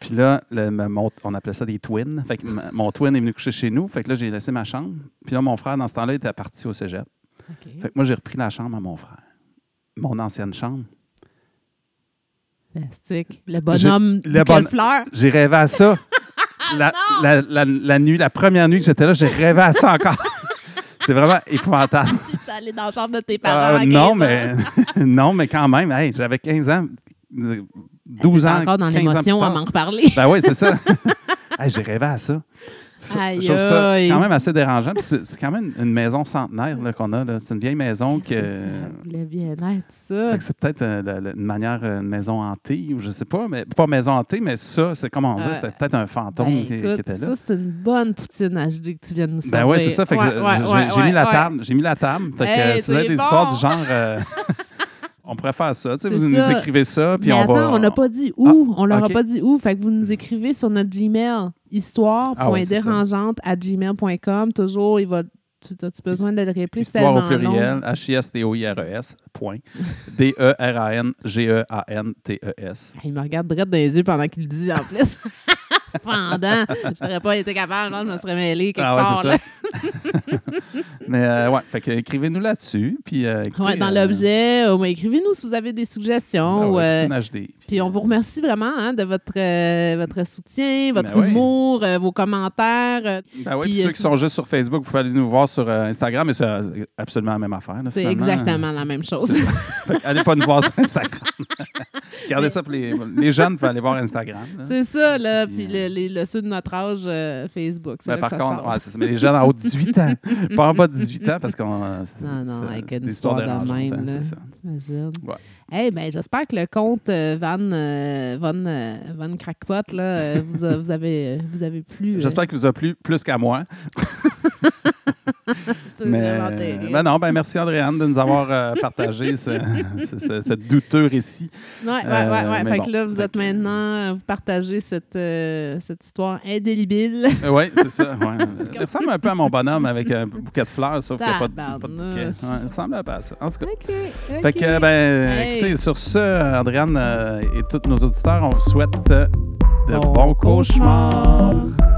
S2: Puis là, le- ma- mon- on appelait ça des twins. Fait que ma- mon twin est venu coucher chez nous. Fait que là, j'ai laissé ma chambre. Puis là, mon frère, dans ce temps-là, était parti au cégep.
S1: OK.
S2: Fait que moi, j'ai repris la chambre à mon frère. Mon ancienne chambre.
S1: Plastique. Le bonhomme
S2: le
S1: le
S2: bon-
S1: fleur.
S2: J'ai rêvé à ça. La, la- la- la nuit, la première nuit que j'étais là, j'ai rêvé à ça encore. C'est vraiment épouvantable.
S1: Puis tu es allé dans la chambre de tes
S2: Euh,
S1: parents. à 15
S2: non,
S1: ans.
S2: mais, non, mais quand même, hey, j'avais 15 ans, euh, 12
S1: T'es
S2: ans.
S1: encore dans
S2: 15 ans plus
S1: l'émotion hein, à
S2: tard.
S1: m'en reparler.
S2: Ben oui, c'est ça. Hey, j'ai rêvé à ça. Je-
S1: Aïe,
S2: je trouve ça
S1: aïe.
S2: quand même assez dérangeant. Puis C'est c'est quand même une maison centenaire là, qu'on a. là. C'est une vieille maison
S1: Qu'est-ce
S2: que.
S1: que ça voulait bien être,
S2: Fait
S1: ça.
S2: que c'est peut-être euh, la- la- une manière, euh, une maison hantée, ou je sais pas, mais pas maison hantée, mais ça, c'est comment on dit,
S1: Euh,
S2: c'était peut-être un fantôme
S1: Ben,
S2: qui, qui
S1: écoute,
S2: était là.
S1: Ça, c'est une bonne poutine HD que tu viens de nous servir.
S2: Ben ouais, c'est ça. Fait que
S1: Ouais,
S2: j'ai-
S1: ouais,
S2: j'ai
S1: ouais,
S2: j'ai mis la
S1: ouais.
S2: table. J'ai mis la table. Fait que
S1: Hey,
S2: euh, si vous avez
S1: c'est
S2: des
S1: bon.
S2: histoires du genre, euh, on pourrait faire ça. Tu sais,
S1: C'est
S2: vous
S1: ça.
S2: nous écrivez ça, puis
S1: Mais
S2: on va. Ah,
S1: attends, on n'a pas dit où. on leur
S2: ok.
S1: a pas dit où. Fait que vous nous écrivez sur notre Gmail,
S2: Ah
S1: histoire.dérangeante à gmail.com. Toujours, il va. Tu as besoin de le répéter? C'est
S2: Histoire au
S1: tellement long.
S2: pluriel, H-I-S-T-O-I-R-E-S, E point, E D-E-R-A-N-G-E-A-N-T-E-S.
S1: Ah, Il me regarde droit dans les yeux pendant qu'il le dit, en plus. Pendant, j'aurais pas été capable, genre, je me serais mêlée quelque
S2: Ah ouais,
S1: part.
S2: c'est
S1: là.
S2: ça. Mais euh, ouais, fait que écrivez-nous là-dessus, puis... euh, écoutez,
S1: Ouais, dans
S2: euh,
S1: l'objet, euh, ouais, écrivez-nous si vous avez des
S2: ah
S1: suggestions. ou, euh,
S2: ouais, poutine HD.
S1: Puis on vous remercie vraiment hein, de votre, euh, votre soutien, votre
S2: Ben ouais.
S1: humour, euh, vos commentaires. euh,
S2: Ben oui,
S1: Puis,
S2: puis
S1: euh,
S2: ceux qui
S1: si-
S2: sont juste sur Facebook, vous pouvez aller nous voir sur euh, Instagram, mais c'est euh, absolument la même affaire. là,
S1: C'est
S2: finalement.
S1: exactement la même chose.
S2: Fait que allez pas nous voir sur Instagram. Regardez ça pour les, les jeunes peuvent aller voir Instagram. là.
S1: C'est ça, là. Puis
S2: hein. Puis, euh,
S1: le, les- le ceux de notre âge, euh, Facebook. C'est
S2: Ben,
S1: là
S2: par
S1: que ça se
S2: contre,
S1: passe.
S2: ouais, c'est ça, mais les jeunes en haut de 18 ans. pas en bas de 18 ans parce qu'on. euh, c'est-
S1: Non, non,
S2: c'est-
S1: avec
S2: c'est
S1: une
S2: des
S1: histoire de
S2: histoires
S1: même,
S2: dérangeantes, hein,
S1: là.
S2: c'est ça.
S1: T'imagines?
S2: Ouais.
S1: Hey, ben, j'espère que le compte euh, Van, euh, Van, euh, Van Crackpot, là, euh, vous, a- vous avez, vous avez plu. euh,
S2: J'espère qu'il vous a plu plus qu'à moi.
S1: c'est
S2: Mais,
S1: vraiment terrible.
S2: ben non, ben merci Andréane de nous avoir euh, partagé ce, ce- ce- ce douteux récit.
S1: Ouais, ouais, ouais, ouais.
S2: Euh, mais
S1: fait
S2: bon.
S1: que là, vous
S2: Fait
S1: êtes
S2: que-
S1: maintenant, euh, vous partagez cette, euh, cette histoire indélébile.
S2: Oui, c'est ça. Euh, ouais. Ça ressemble un peu à mon bonhomme avec un bouquet de fleurs, sauf qu'il n'y a pas de, pas de bouquet. Ouais,
S1: Tabarnouche.
S2: ça ressemble un peu à ça. En tout cas.
S1: OK.
S2: Fait que, ben,
S1: Hey.
S2: écoutez, sur ce, Andréane euh, et tous nos auditeurs, on vous souhaite euh, de
S1: Bon
S2: bons cauchemars.
S1: cauchemar.